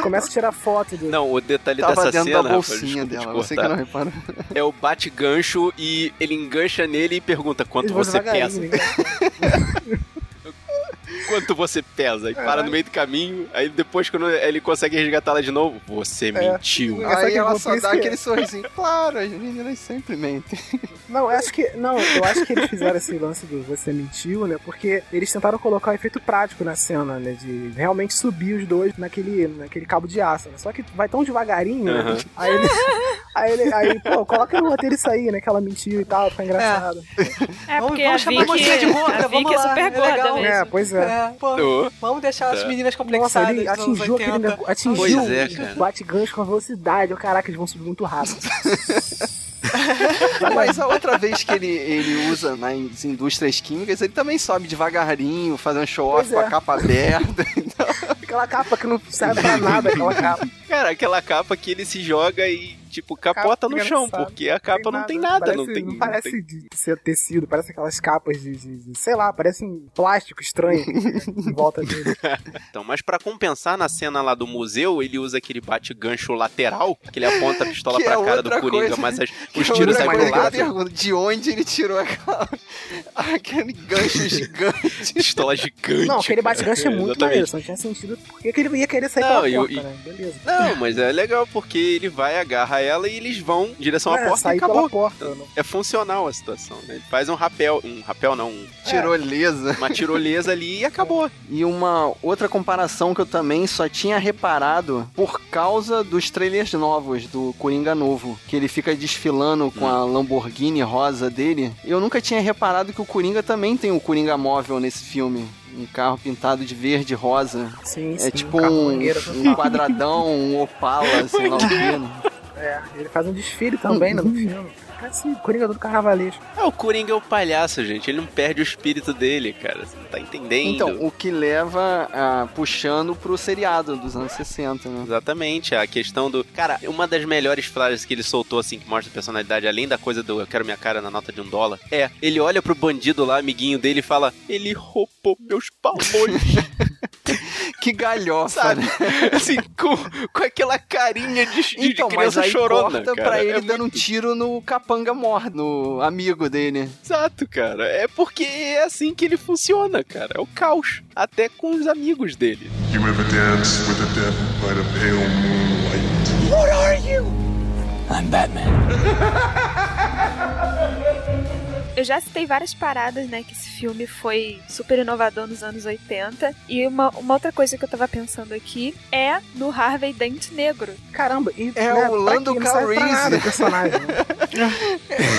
Começa a tirar foto do. Não, o detalhe Tava dessa dentro cena da bolsinha rapaz, desculpa te dela, você que cortar, não reparou. é o bate-gancho e ele engancha nele e pergunta quanto Eles vão você pesa. devagarinho, né? Quanto você pesa? E para no meio do caminho, aí depois quando ele consegue resgatá-la de novo, você mentiu. É, só Aí que ela eu só fiz dá que- aquele sorrisinho. Claro, as meninas sempre mentem. Não, eu acho que. Não, eu acho que eles fizeram esse lance do você mentiu, né? Porque eles tentaram colocar um efeito prático na cena, né? De realmente subir os dois naquele, naquele cabo de aço, né? Só que vai tão devagarinho, né? Aham. Aí ele. Aí ele. Aí, pô, coloca no roteiro isso aí, né? Que ela mentiu e tal, fica engraçado. É Vamos- porque vamos a chamar a Vicky, mocinha de gorda, a vamos Vicky é lá, é super gorda Tipo, legal. mesmo. É, pois é. É, pô, Ô, vamos deixar as Tá. meninas Nossa, complexadas ele dos anos atingiu aquele 80. negócio. Atingiu. Pois é, cara. Bate gancho com a velocidade. Oh, caraca, eles vão subir muito rápido. Mas a outra vez que ele, ele usa nas indústrias químicas, ele também sobe devagarinho, fazendo show-off Pois com é. a capa aberta. Aquela capa que não serve pra nada, aquela capa. cara, aquela capa que ele se joga e, tipo, capota no Capa chão, engraçada. porque a capa não tem nada, não Parece- tem. Não não parece tem- de ser tecido, parece aquelas capas de, de- de- sei lá, parece um plástico estranho que fica em volta dele. Então, mas pra compensar na cena lá do museu, ele usa aquele bate-gancho lateral, que ele aponta a pistola Que pra é cara do outra Coringa, coisa. mas as- os Outra tiros saem coisa pro que eu lado. pergunto, de onde ele tirou aquela... aquele gancho gigante? Pistola gigante. Não, aquele cara. bate-gancho é muito Exatamente. maneiro, só não tinha sentido porque que ele ia querer sair Não, pela e o- porta, e- né? Beleza. Não, mas é legal porque ele vai, agarra ela e eles vão em direção à É, porta e sair acabou. pela porta. né? É funcional a situação, né? Ele faz um rapel, um rapel não, um- Tirolesa. uma tirolesa ali e acabou. E uma outra comparação que eu também só tinha reparado por causa dos trailers novos do Coringa Novo, que ele fica desfilando com a Lamborghini rosa dele. Eu nunca tinha reparado que o Coringa também tem o Coringa móvel nesse filme. Um carro pintado de verde e rosa. Sim, sim, É tipo carro um, maneiro, um quadradão, um opala, sei lá o que. né? É, ele faz um desfile também né, no filme. Assim, Coringa do Carnavalesco. É, o Coringa é o palhaço, gente. Ele não perde o espírito dele, cara. Você não tá entendendo? Então, o que leva ah, puxando pro seriado dos anos 60, né? Exatamente, a questão do. Cara, uma das melhores frases que ele soltou, assim, que mostra a personalidade, além da coisa do eu quero minha cara na nota de um dólar, é: ele olha pro bandido lá, amiguinho dele, e fala: ele roubou meus palmões, Que galhofa, sabe? né? assim, com, com aquela carinha de, de Então, mas criança aí chorona. corta cara. pra ele É dando um tiro no capanga mor, no amigo dele. Exato, cara. É porque é assim que ele funciona, cara. É o caos. Até com os amigos dele. You ever dance with the devil by the pale moonlight? I'm Batman. Eu já citei várias paradas, né? Que esse filme foi super inovador nos anos 80. E uma, uma outra coisa que eu tava pensando aqui é no Harvey Dente Negro. Caramba, e É né, o pra Lando quê? Não serve pra Calrissian. nada o personagem. né?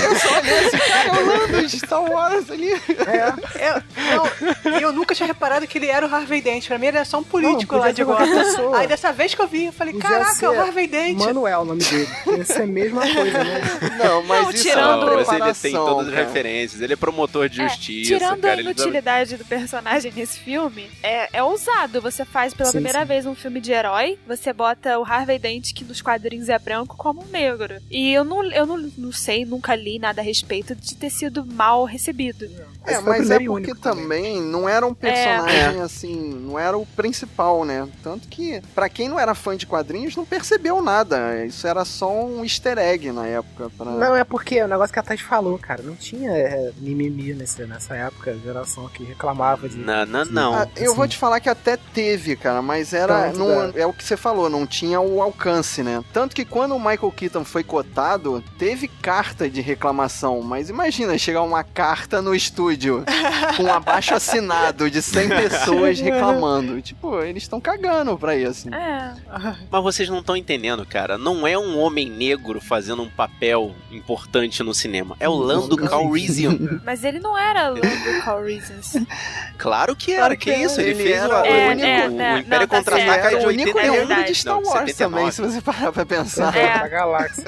Eu só olhei esse cara é o Lando de Star Wars ali. É, Eu, não, eu nunca tinha reparado que ele era o Harvey Dent. Pra mim ele era só um político Não, podia lá ser de qualquer Gotham. pessoa. Aí dessa vez que eu vi, eu falei, Podia caraca, ser é o Harvey Dent. Manuel é o nome dele. Isso é a mesma coisa, né? Não, mas Não, isso tirando- é uma mas preparação, ele tem todas as cara. referências, ele é promotor de É, justiça. Tirando cara, a ele- inutilidade do personagem nesse filme, é, é ousado. Você faz pela Sim, primeira sim. vez um filme de herói, você bota o Harvey Dent, que nos quadrinhos é branco, como um negro. E eu não, eu não, não sei, nunca li nada a respeito de ter sido mal recebido. Esse É, foi o mas é primeiro e porque único também. também não era um personagem assim, não era o principal, né? Tanto que, pra quem não era fã de quadrinhos, não percebeu nada. Isso era só um easter egg na época. Pra... Não, é porque é o negócio que a Tati falou, cara. Não tinha é, mimimi nessa, nessa época, a geração que reclamava de. Não, não, não. Ah, eu vou assim. te falar que até teve, cara, mas era. Tanto, não- é o que você falou, não tinha o alcance, né? Tanto que quando o Michael Keaton foi cotado, teve carta de reclamação. Mas imagina chegar uma carta no estúdio com um abaixo assinado de 100 pessoas reclamando. Tipo, eles estão cagando pra isso. É. Mas vocês não estão entendendo, cara. Não é um homem negro fazendo um papel importante no cinema. É o Lando Nunca vi. Calrissian. Mas ele não era Lando Calrissian. Claro que era, Claro que, que era. isso. Ele, Ele fez era o, o o É, único. é, o é, não, Império tá Contra-Ataca certo. É é Era de o único 89. membro verdade. de Star Não, de Wars também, 79. é se você parar pra pensar. É. Pra galáxia.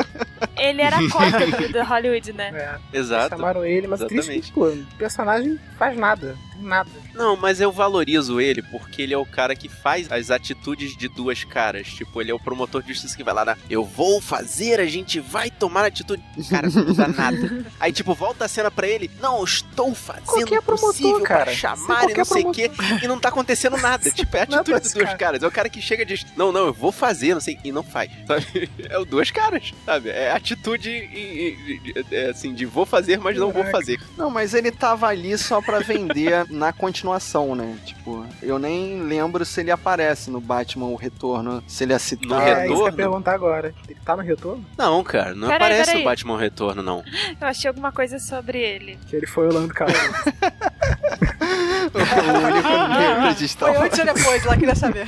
Ele era a cópia do, do Hollywood, né? É, Exato. chamaram ele, mas triste Exatamente. que, pô, o personagem faz nada. tem Nada. Não, mas eu valorizo ele porque ele é o cara que faz as atitudes de duas caras. Tipo, ele é o promotor de justiça que vai lá, na, eu vou fazer, a gente vai tomar atitude. Cara, não dá nada. Aí, tipo, volta a cena pra ele, não, eu estou fazendo Qualquer o possível promotor, cara. pra chamar e Qualquer não sei o quê, promotor. e não tá acontecendo nada. Tipo, é a Nada, atitude de duas cara. caras. É o cara que chega e diz, não, não, eu vou fazer, não sei, e não faz. Sabe? É o duas caras, sabe? É atitude, e- e- e- é assim, de vou fazer, mas não vou Caraca. fazer. Não, mas ele tava ali só pra vender na continuação, né? Tipo, eu nem lembro se ele aparece no Batman O Retorno, se ele é No citado. Ah, é, isso que eu ia retorno? perguntar agora. Ele tá no retorno? Não, cara, não Peraí, aparece peraí. no Batman Retorno, não. Eu achei alguma coisa sobre ele. Que ele foi o Lando Calrissian. é o único membro de Star Foi Wars. antes ou depois, lá queria saber.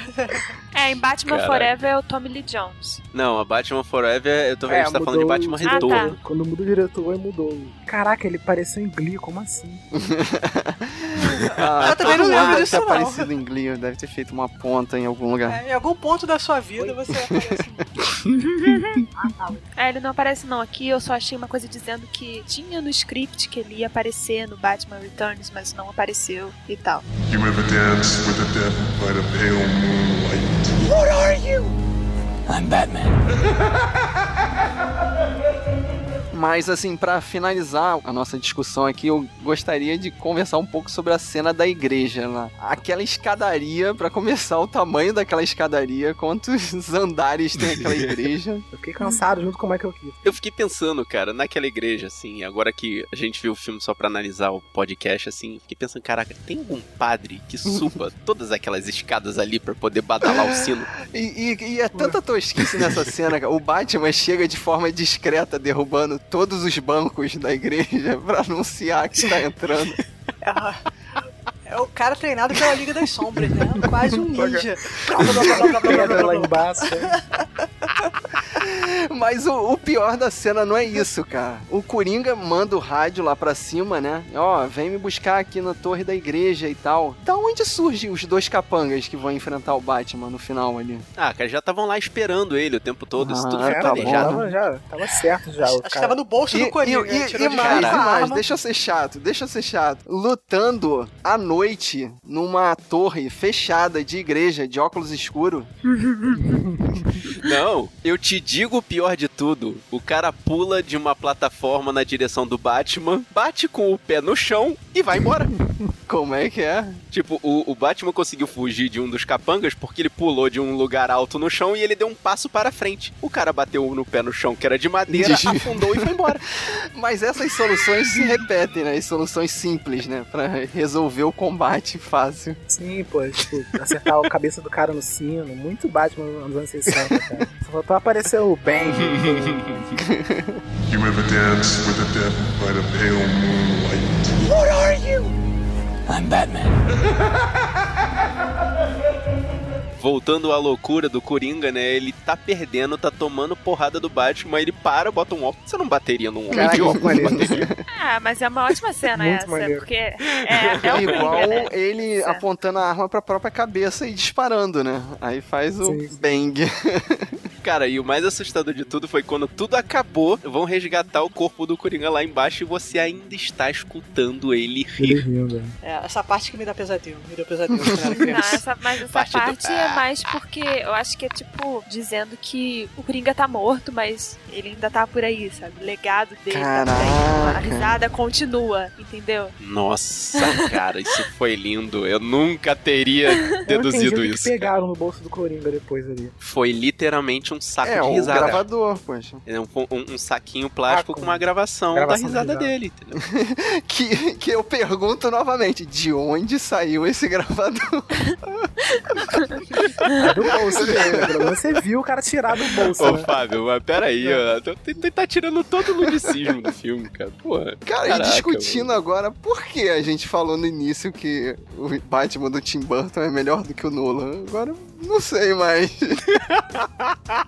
É, em Batman Caraca. Forever é o Tommy Lee Jones. Não, a Batman Forever, eu tô vendo É, que você tá falando de mudou Batman o- Retorno. Quando muda o diretor, ele mudou. Caraca, ele pareceu em Glee, como assim? Ah, Eu também não todo lembro mundo disso, deve não. ter aparecido em Glee, deve ter feito uma ponta em algum lugar. É, em algum ponto da sua vida você assim, aparece. É, ele não aparece não aqui, eu só achei uma coisa dizendo que tinha no script que ele ia aparecer no Batman Returns, mas não apareceu e tal. You ever danced with the devil by the pale moonlight? I'm Batman. Mas assim, pra finalizar a nossa discussão aqui, eu gostaria de conversar um pouco sobre a cena da igreja lá. Aquela escadaria, pra começar o tamanho daquela escadaria, quantos andares tem aquela igreja? Eu fiquei cansado junto é com o Michael Keaton. Eu fiquei pensando, cara, naquela igreja, assim, agora que a gente viu o filme só pra analisar o podcast, assim, fiquei pensando, caraca, tem algum padre que suba todas aquelas escadas ali pra poder badalar o sino? E, e- e é tanta tosquice nessa cena, cara. O Batman chega de forma discreta, derrubando todos os bancos da igreja pra anunciar que tá entrando. É o cara treinado pela Liga das Sombras, né? Quase um ninja. Pedra lá embaixo. né? Mas o, o pior da cena não é isso, cara. O Coringa manda o rádio lá pra cima, né? Ó, vem me buscar aqui na torre da igreja e tal. Da onde surgem os dois capangas que vão enfrentar o Batman no final ali? Ah, cara, já estavam lá esperando ele o tempo todo, isso tudo Ah, foi É, tá planejado. tava, já, tava certo já. O Acho que tava cara. no bolso E, do Coringa. e- e- né? tirou e de mais, e cara a mais, arma. deixa eu ser chato, deixa eu ser chato. Lutando à noite numa torre fechada de igreja, de óculos escuro. Não, eu te digo o pior de tudo. O cara pula de uma plataforma na direção do Batman, bate com o pé no chão e vai embora. Como é que é? Tipo, o, o Batman conseguiu fugir de um dos capangas porque ele pulou de um lugar alto no chão e ele deu um passo para frente. O cara bateu um no pé no chão, que era de madeira, Desistiu. afundou e foi embora. Mas essas soluções se repetem, né? As soluções simples, né? Pra resolver o combate fácil. Sim, pô, tipo, acertar a cabeça do cara no sino. Muito Batman nos anos 60, cara. Só faltou aparecer o Ben. You ever danced with the devil by the pale moonlight? I'm Batman. Voltando à loucura do Coringa, né? Ele tá perdendo, tá tomando porrada do Batman, aí ele para, bota um óculos. Você não bateria num homem Caraca, de que óculos? maneiro. Ah, mas é uma ótima cena Muito essa, maneiro. porque é, é o Igual Coringa, né? ele Certo. apontando a arma pra própria cabeça e disparando, né? Aí faz o Sim. bang. Cara, e o mais assustador de tudo foi quando tudo acabou, vão resgatar o corpo do Coringa lá embaixo e você ainda está escutando ele Ele rir. rindo. É, essa parte que me dá pesadelo. Me deu pesadelo. quando era Não, criança. essa- mas essa Parte parte, do- é mais porque eu acho que é tipo dizendo que o Coringa tá morto, mas ele ainda tá por aí, sabe? O legado dele tá por aí. Caraca. A risada continua, entendeu? Nossa, cara, isso foi lindo. Eu nunca teria Eu não entendi o deduzido que que isso. cara. pegaram no bolso do Coringa depois ali. Foi literalmente um saco É, de o risada. gravador, poxa. É um, um- um saquinho plástico Ah, com- com uma gravação, gravação da risada da risada. dele, entendeu? Que, que eu pergunto novamente, de onde saiu esse gravador? É do bolso dele, pelo menos você viu o cara tirar do bolso, Ô, né? Fábio, mas peraí, ó. tu- tu- tu tá tirando todo o ludicismo do filme, cara. Porra. Cara, Caraca, e discutindo agora por que a gente falou no início que o Batman do Tim Burton é melhor do que o Nolan. Agora, eu não sei mais. Você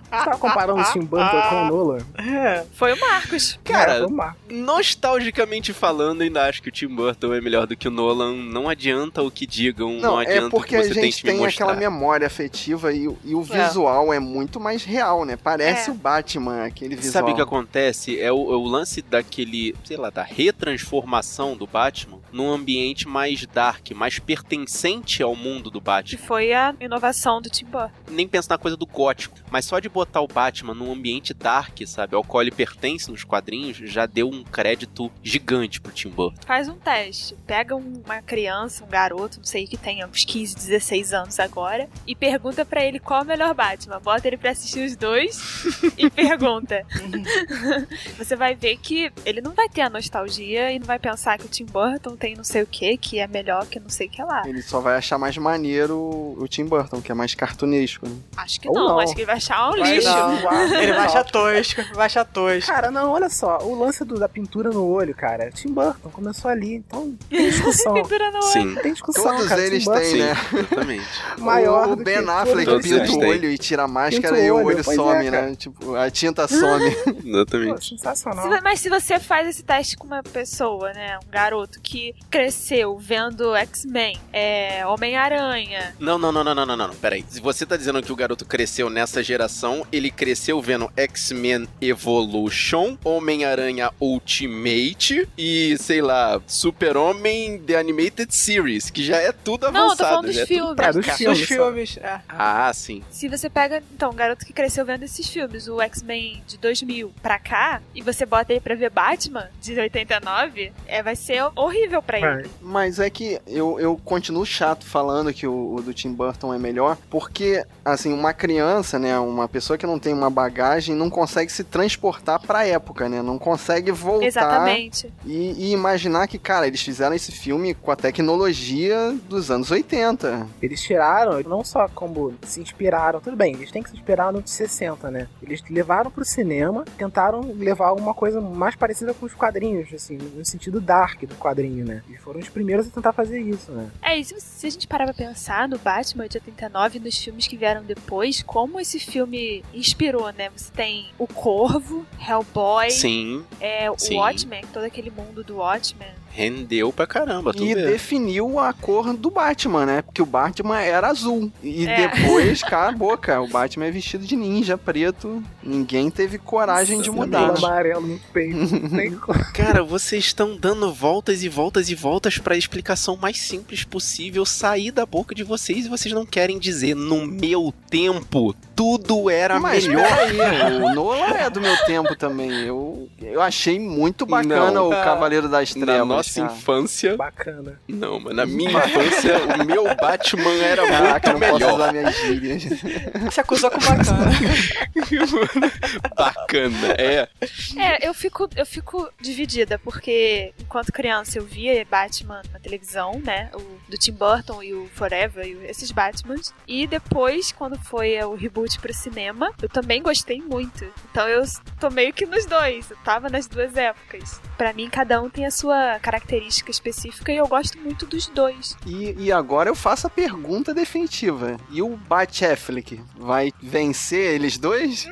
tava comparando o Tim Burton com o Nolan? É. Foi o Marcos. Cara, vamos lá. Nostalgicamente falando, ainda acho que o Tim Burton é melhor do que o Nolan. Não adianta o que digam, não, Não, adianta é porque o a que você gente tente me tem mostrar. aquela memória afetiva e, o- e o É. visual é muito mais real, né? Parece É. o Batman, aquele visual. Sabe o que acontece? É o, é o lance daquele, sei lá, da retransformação do Batman num ambiente mais dark, mais pertencente ao mundo do Que Batman. foi a inovação do Tim Burton. Nem penso na coisa do gótico, mas só de botar o Batman num ambiente dark, sabe, ao qual ele pertence nos quadrinhos, já deu um crédito gigante pro Tim Burton. Faz um teste. Pega um- uma criança, um garoto, não sei, que tenha uns 15, 16 anos agora, e pergunta pra ele qual é o melhor Batman. Bota ele pra assistir os dois e pergunta. Você vai ver que ele não vai ter a nostalgia e não vai pensar que o Tim Burton tem não sei o que, que é melhor que não sei o que lá. Ele só vai achar mais maneiro o Tim Burton, que é mais cartunesco. Né? Acho que Ou não, não. acho que ele vai achar um Vai lixo. não. Uau, Ele vai achar uau. tosco. Vai achar tosco. Cara, não, olha só, o lance do- da pintura no olho, cara, Tim Burton começou ali, então tem discussão. Pintura no olho. Sim, tem discussão, Todos cara, eles Tim Burton têm, sim, né? exatamente. maior o do Ben que Affleck todos pinta eles. eles o têm. olho e tira a Pinta máscara o e o olho, olho pois é, some, né? cara. Tipo, a tinta some. Pô, Exatamente. Se sensacional. vo- mas se você faz esse teste com uma pessoa, né? Um garoto que cresceu vendo X-Men, é, Homem-Aranha. Não, não, não, não, não, não, não, não. Peraí. Se você tá dizendo que o garoto cresceu nessa geração, ele cresceu vendo X-Men Evolution, Homem-Aranha Ultimate e, sei lá, Super-Homem The Animated Series, que já é tudo Não, eu tô avançado. falando dos já é tudo- filmes. pra- dos cara. Os filmes. só. filmes. É. Ah, sim. Se você pega, então, um garoto que cresceu vendo esses filmes, o X-Men de 2000 pra cá, e você bota ele pra ver Batman de 89, é, vai ser horrível pra ele. Vai. Mas é que eu, eu continuo chato falando que o, o do Tim Burton é melhor, porque, assim, uma criança, né, uma pessoa que não tem uma bagagem, não consegue se transportar pra época, né? Não consegue voltar Exatamente. E, e imaginar que, cara, eles fizeram esse filme com a tecnologia dos anos 80. Eles tiraram, não só como se inspiraram, tudo bem, eles têm que se inspirar no de 60, né? Eles levaram pro cinema, tentaram levar alguma coisa mais parecida com os quadrinhos, assim, no sentido dark do quadrinho, né? Eles foram os primeiros a tentar fazer isso, né? É, e se, se a gente parar pra pensar no Batman de 89 e nos filmes que vieram depois, como esse filme inspirou, né? Você tem O Corvo, Hellboy, Sim, é, o Sim. Watchmen, todo aquele mundo do Watchmen. rendeu pra caramba, tu E vê. definiu a cor do Batman, né? Porque o Batman era azul. E É. depois, cala a boca, o Batman é vestido de ninja preto. Ninguém teve coragem de mudar. Cabelo amarelo no peito. não tem como. Cara, vocês estão dando voltas e voltas e voltas pra explicação mais simples possível sair da boca de vocês e vocês não querem dizer no meu tempo tudo era Mas melhor. peraí, o Nolan é do meu tempo também. Eu, eu achei muito bacana Não. o Ah. Cavaleiro das Trevas. Na nossa cara. infância. Bacana. Não, mas na minha infância, o meu Batman era Caraca, eu muito não posso é melhor. usar minhas gírias. Se acusou com bacana. Bacana, é. É, eu fico, eu fico dividida, porque enquanto criança eu via Batman na televisão, né? O do Tim Burton e o Forever e o- esses Batmans. E depois, quando foi é, o reboot pro cinema, eu também gostei muito. Então eu s- tô meio que nos dois, eu tava nas duas épocas. Pra mim, cada um tem a sua característica específica e eu gosto muito dos dois. E, e agora eu faço a pergunta definitiva. E o Batcheflick vai vencer eles dois?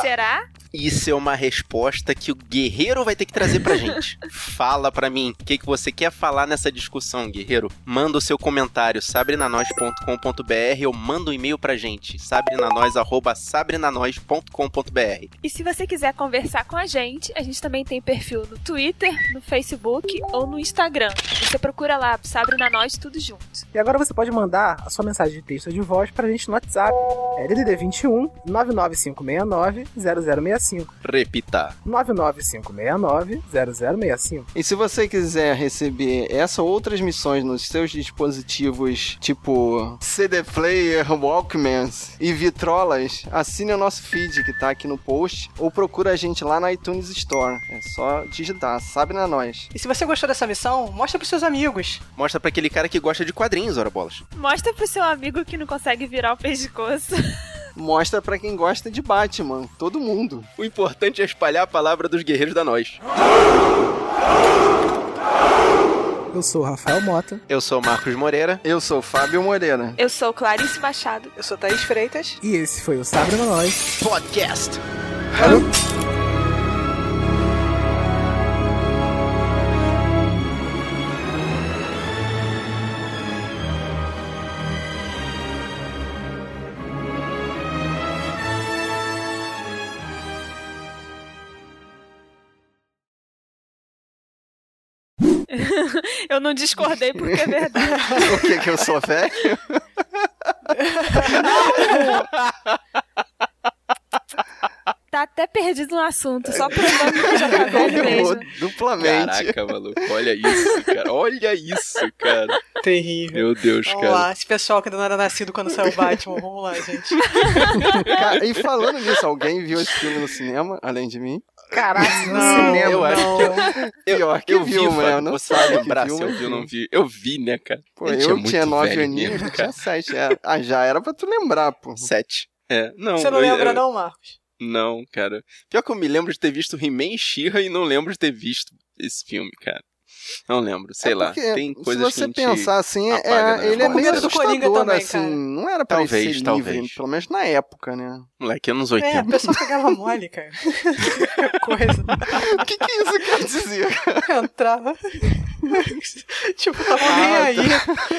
Será? Isso é uma resposta que o guerreiro vai ter que trazer pra gente. Fala pra mim, o que, que você quer falar nessa discussão, guerreiro? Manda o seu comentário, sabrinanois.com.br ou manda um e-mail pra gente, sabrinanois, arroba, sabrinanois.com.br. E se você quiser conversar com a gente, a gente também tem perfil no Twitter, no Facebook ou no Instagram. Você procura lá, Sabrina Nós, tudo junto. E agora você pode mandar a sua mensagem de texto ou de voz pra gente no WhatsApp. É DDD 21 99569 0065. Repita. 99569 0065. E se você quiser receber essa ou outras missões nos seus dispositivos, tipo CD Player, Walkmans e Vitrolas, assine o nosso feed que tá aqui no post ou procura a gente lá na iTunes Store. É só digitar, sabe na nós. E se você gostou dessa missão, mostra pros seus amigos. Mostra pra aquele cara que gosta de quadrinhos, ora bolas. Mostra pro seu amigo que não consegue virar o pescoço. Mostra pra quem gosta de Batman, todo mundo. O importante é espalhar a palavra dos guerreiros da nós. Eu sou o Rafael Mota. Eu sou o Marcos Moreira. Eu sou o Fábio Moreira. Eu sou Clarice Machado. Eu sou Thaís Freitas. E esse foi o Sabre na Nós. Podcast. Eu não discordei porque é verdade. o que que eu sou velho? Tá até perdido no assunto, só provando que já tá velho Eu mesmo. duplamente. Caraca, maluco, olha isso, cara. Olha isso, cara. Terrível. Meu Deus, Vamos cara. lá, esse pessoal que ainda não era nascido quando saiu o Batman, vamos lá, gente. Ca- E falando nisso, alguém viu esse filme no cinema, além de mim? Caraca, Não, eu acho é não. Pior que eu viu, vi, mano, Fábio, eu não Você sei vai que lembrar viu, se eu mas vi ou não vi. vi. Eu vi, né, cara? Pô, Gente, é eu muito tinha nove velho aninhos, mesmo, tinha um. cara. sete. é. Ah, já era pra tu lembrar, pô. Sete. É, não. Você não eu- lembra, eu- não, Marcos? Não, cara. Pior que eu me lembro de ter visto He-Man e She-Ra e não lembro de ter visto esse filme, cara. Não lembro, sei É lá. porque Tem Se coisas você que a gente... pensar assim, é- apaga da ele memória. é meio O começo do Coringa assustador, também, assim. cara. Não era pra Talvez, ele ser livre, talvez. pelo menos na época, né? Moleque, anos É, 80. o pessoal pegava mole, cara. Coisa. O que, é que isso quer dizer? Eu entrava. tipo, tava Ah, tá. nem aí. É.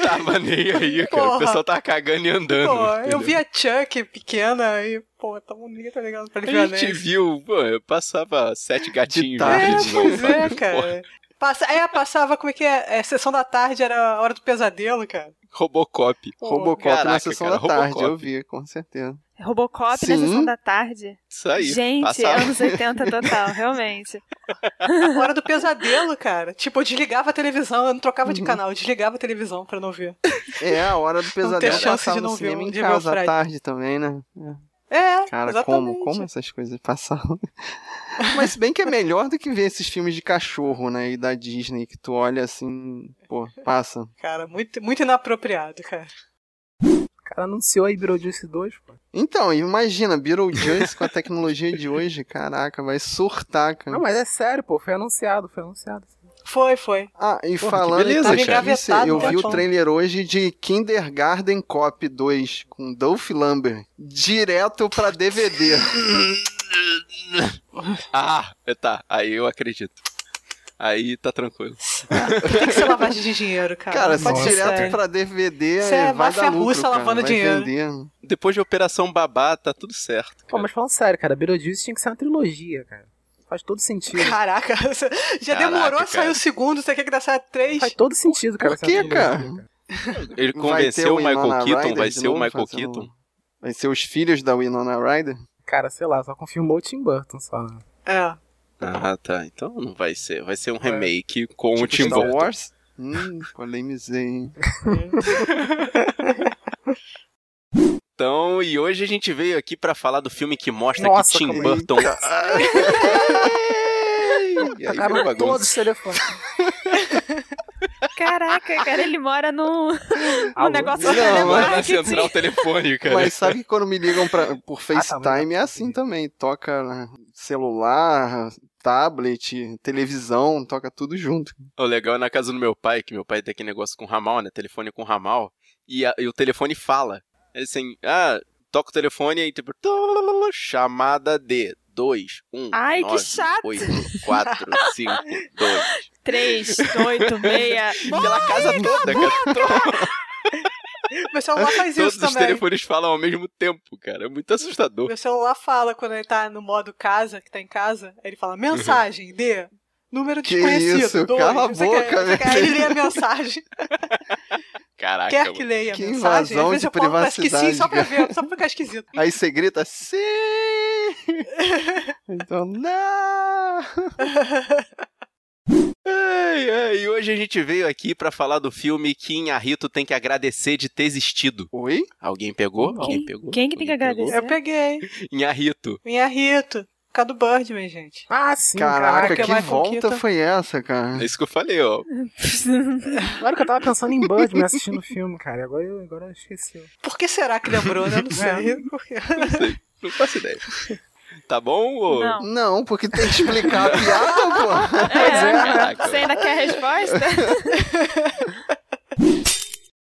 Tava nem aí, cara. O Porra. pessoal tava cagando e andando. Pô, eu entendeu? vi a Chuck pequena e, pô, tamo ninguém tá ligado pra ele A ver gente a Nancy. viu, pô, eu passava sete gatinhos. tarde. né, É, de pois novo, é, Fábio, porra. cara. Passa, é, passava, como é que é? é? Sessão da tarde era a hora do pesadelo, cara. Robocop. Pô, Robocop na caraca, sessão cara, da tarde, Robocop. eu vi, com certeza. Robocop Sim. na sessão da tarde. Isso aí. Gente, passava. anos 80 total, realmente. A hora do pesadelo, cara. Tipo, eu desligava a televisão, eu não trocava Uhum. de canal, eu desligava a televisão pra não ver. É, a hora do teve pesadelo chance passava de não no ver um cinema o- em de ver o casa à Fred. tarde também, né? É. É, Cara, exatamente. como como essas coisas passavam? Mas se bem que é melhor do que ver esses filmes de cachorro, né? E da Disney, que tu olha assim, pô, passa. Cara, muito, muito inapropriado, cara. O cara anunciou aí Beetlejuice 2, pô. Então, imagina, Beetlejuice com a tecnologia de hoje, caraca, vai surtar, cara. Não, mas é sério, pô. Foi anunciado, foi anunciado. Foi, foi. Ah, e Porra, falando que beleza, em cara. Beetlejuice, Engavetado, eu tá vi o bom. trailer hoje de Kindergarten Cop 2 com Dolph Lundgren, direto pra DVD. Ah, tá. Aí eu acredito. Aí tá tranquilo. Tem que ser lavagem de dinheiro, cara. Cara, Não se pode ser né? direto sério. pra DVD, Isso é vai máfia dar lucro, russa cara, lavando vai dinheiro. vender. Depois de Operação Babá, tá tudo certo. Pô, mas falando sério, cara, Beetlejuice tinha que ser uma trilogia, cara. Faz todo sentido. Caraca, você- já Caraca, demorou a sair cara. o segundo, você quer que dá saia três? Faz todo sentido, cara. Por que, essa trilogia, cara? Ele Vai convenceu ter o Michael Winona Keaton, Ryder vai de ser o novo Michael fazendo- um- Keaton. Vai ser os filhos da Winona Ryder? Cara, sei lá, só confirmou o Tim Burton só. né? É. Ah, tá. Então não vai ser. Vai ser um remake com o Tim É. Tipo Star Burton. Wars? Hum, polemizei, hein? Então, e hoje a gente veio aqui pra falar do filme que mostra Nossa, tá- que Tim calma aí. Burton. E aí, virou Tacaram bagunça. todos os telefones. Caraca, cara, ele mora num, num Alô? negócio Não, de Não, mas na telemarketing. central telefônica. né? Mas sabe que quando me ligam pra- Ah, tá, por FaceTime mas- é assim também. Toca né, celular, tablet, televisão, toca tudo junto. O legal é na casa do meu pai, que meu pai tem aquele negócio com ramal, né? Telefone com ramal. E, a- e o telefone fala. É assim, ah, toca o telefone e aí tipo... "Tolololo, Chamada de... 2, 1, Ai, que 9, chato. 8, 4, 5, 2. 3, 8, 6. Pela casa tá toda, cara. Meu celular faz Todos isso os também. telefones falam ao mesmo tempo, cara. É muito assustador. Meu celular fala quando ele tá no modo casa, que tá em casa, aí ele fala Uhum. mensagem, dê. Número Que desconhecido. isso, dois, cala a não sei o que, boca, não sei o que. Aí ele lê a mensagem. Caraca, quer mano. que leia a que mensagem. invasão Às vezes de eu coloco pra que sim, privacidade, só pra ver, só pra ficar esquisito. Aí você grita, sim! então, não! Ai, ai, e hoje a gente veio aqui pra falar do filme que Inharito tem que agradecer de ter existido. Oi? Alguém pegou? Quem? Alguém pegou? Quem que tem que Alguém pegou? agradecer? Eu peguei. Inharito. Minha Rito. Por causa do Birdman, gente. Ah, sim, Caraca, caraca. caraca, que Michael volta Keaton. foi essa, cara? É isso que eu falei, ó. Claro que eu tava pensando em Birdman assistindo o filme, cara. Agora eu, agora eu esqueci. Por que será que lembrou, né? Eu É. Não sei. Por quê? Não faço ideia. Tá bom? Ô? Não. Não, porque tem que explicar a piada, pô. É, Caraca. Você ainda quer a resposta?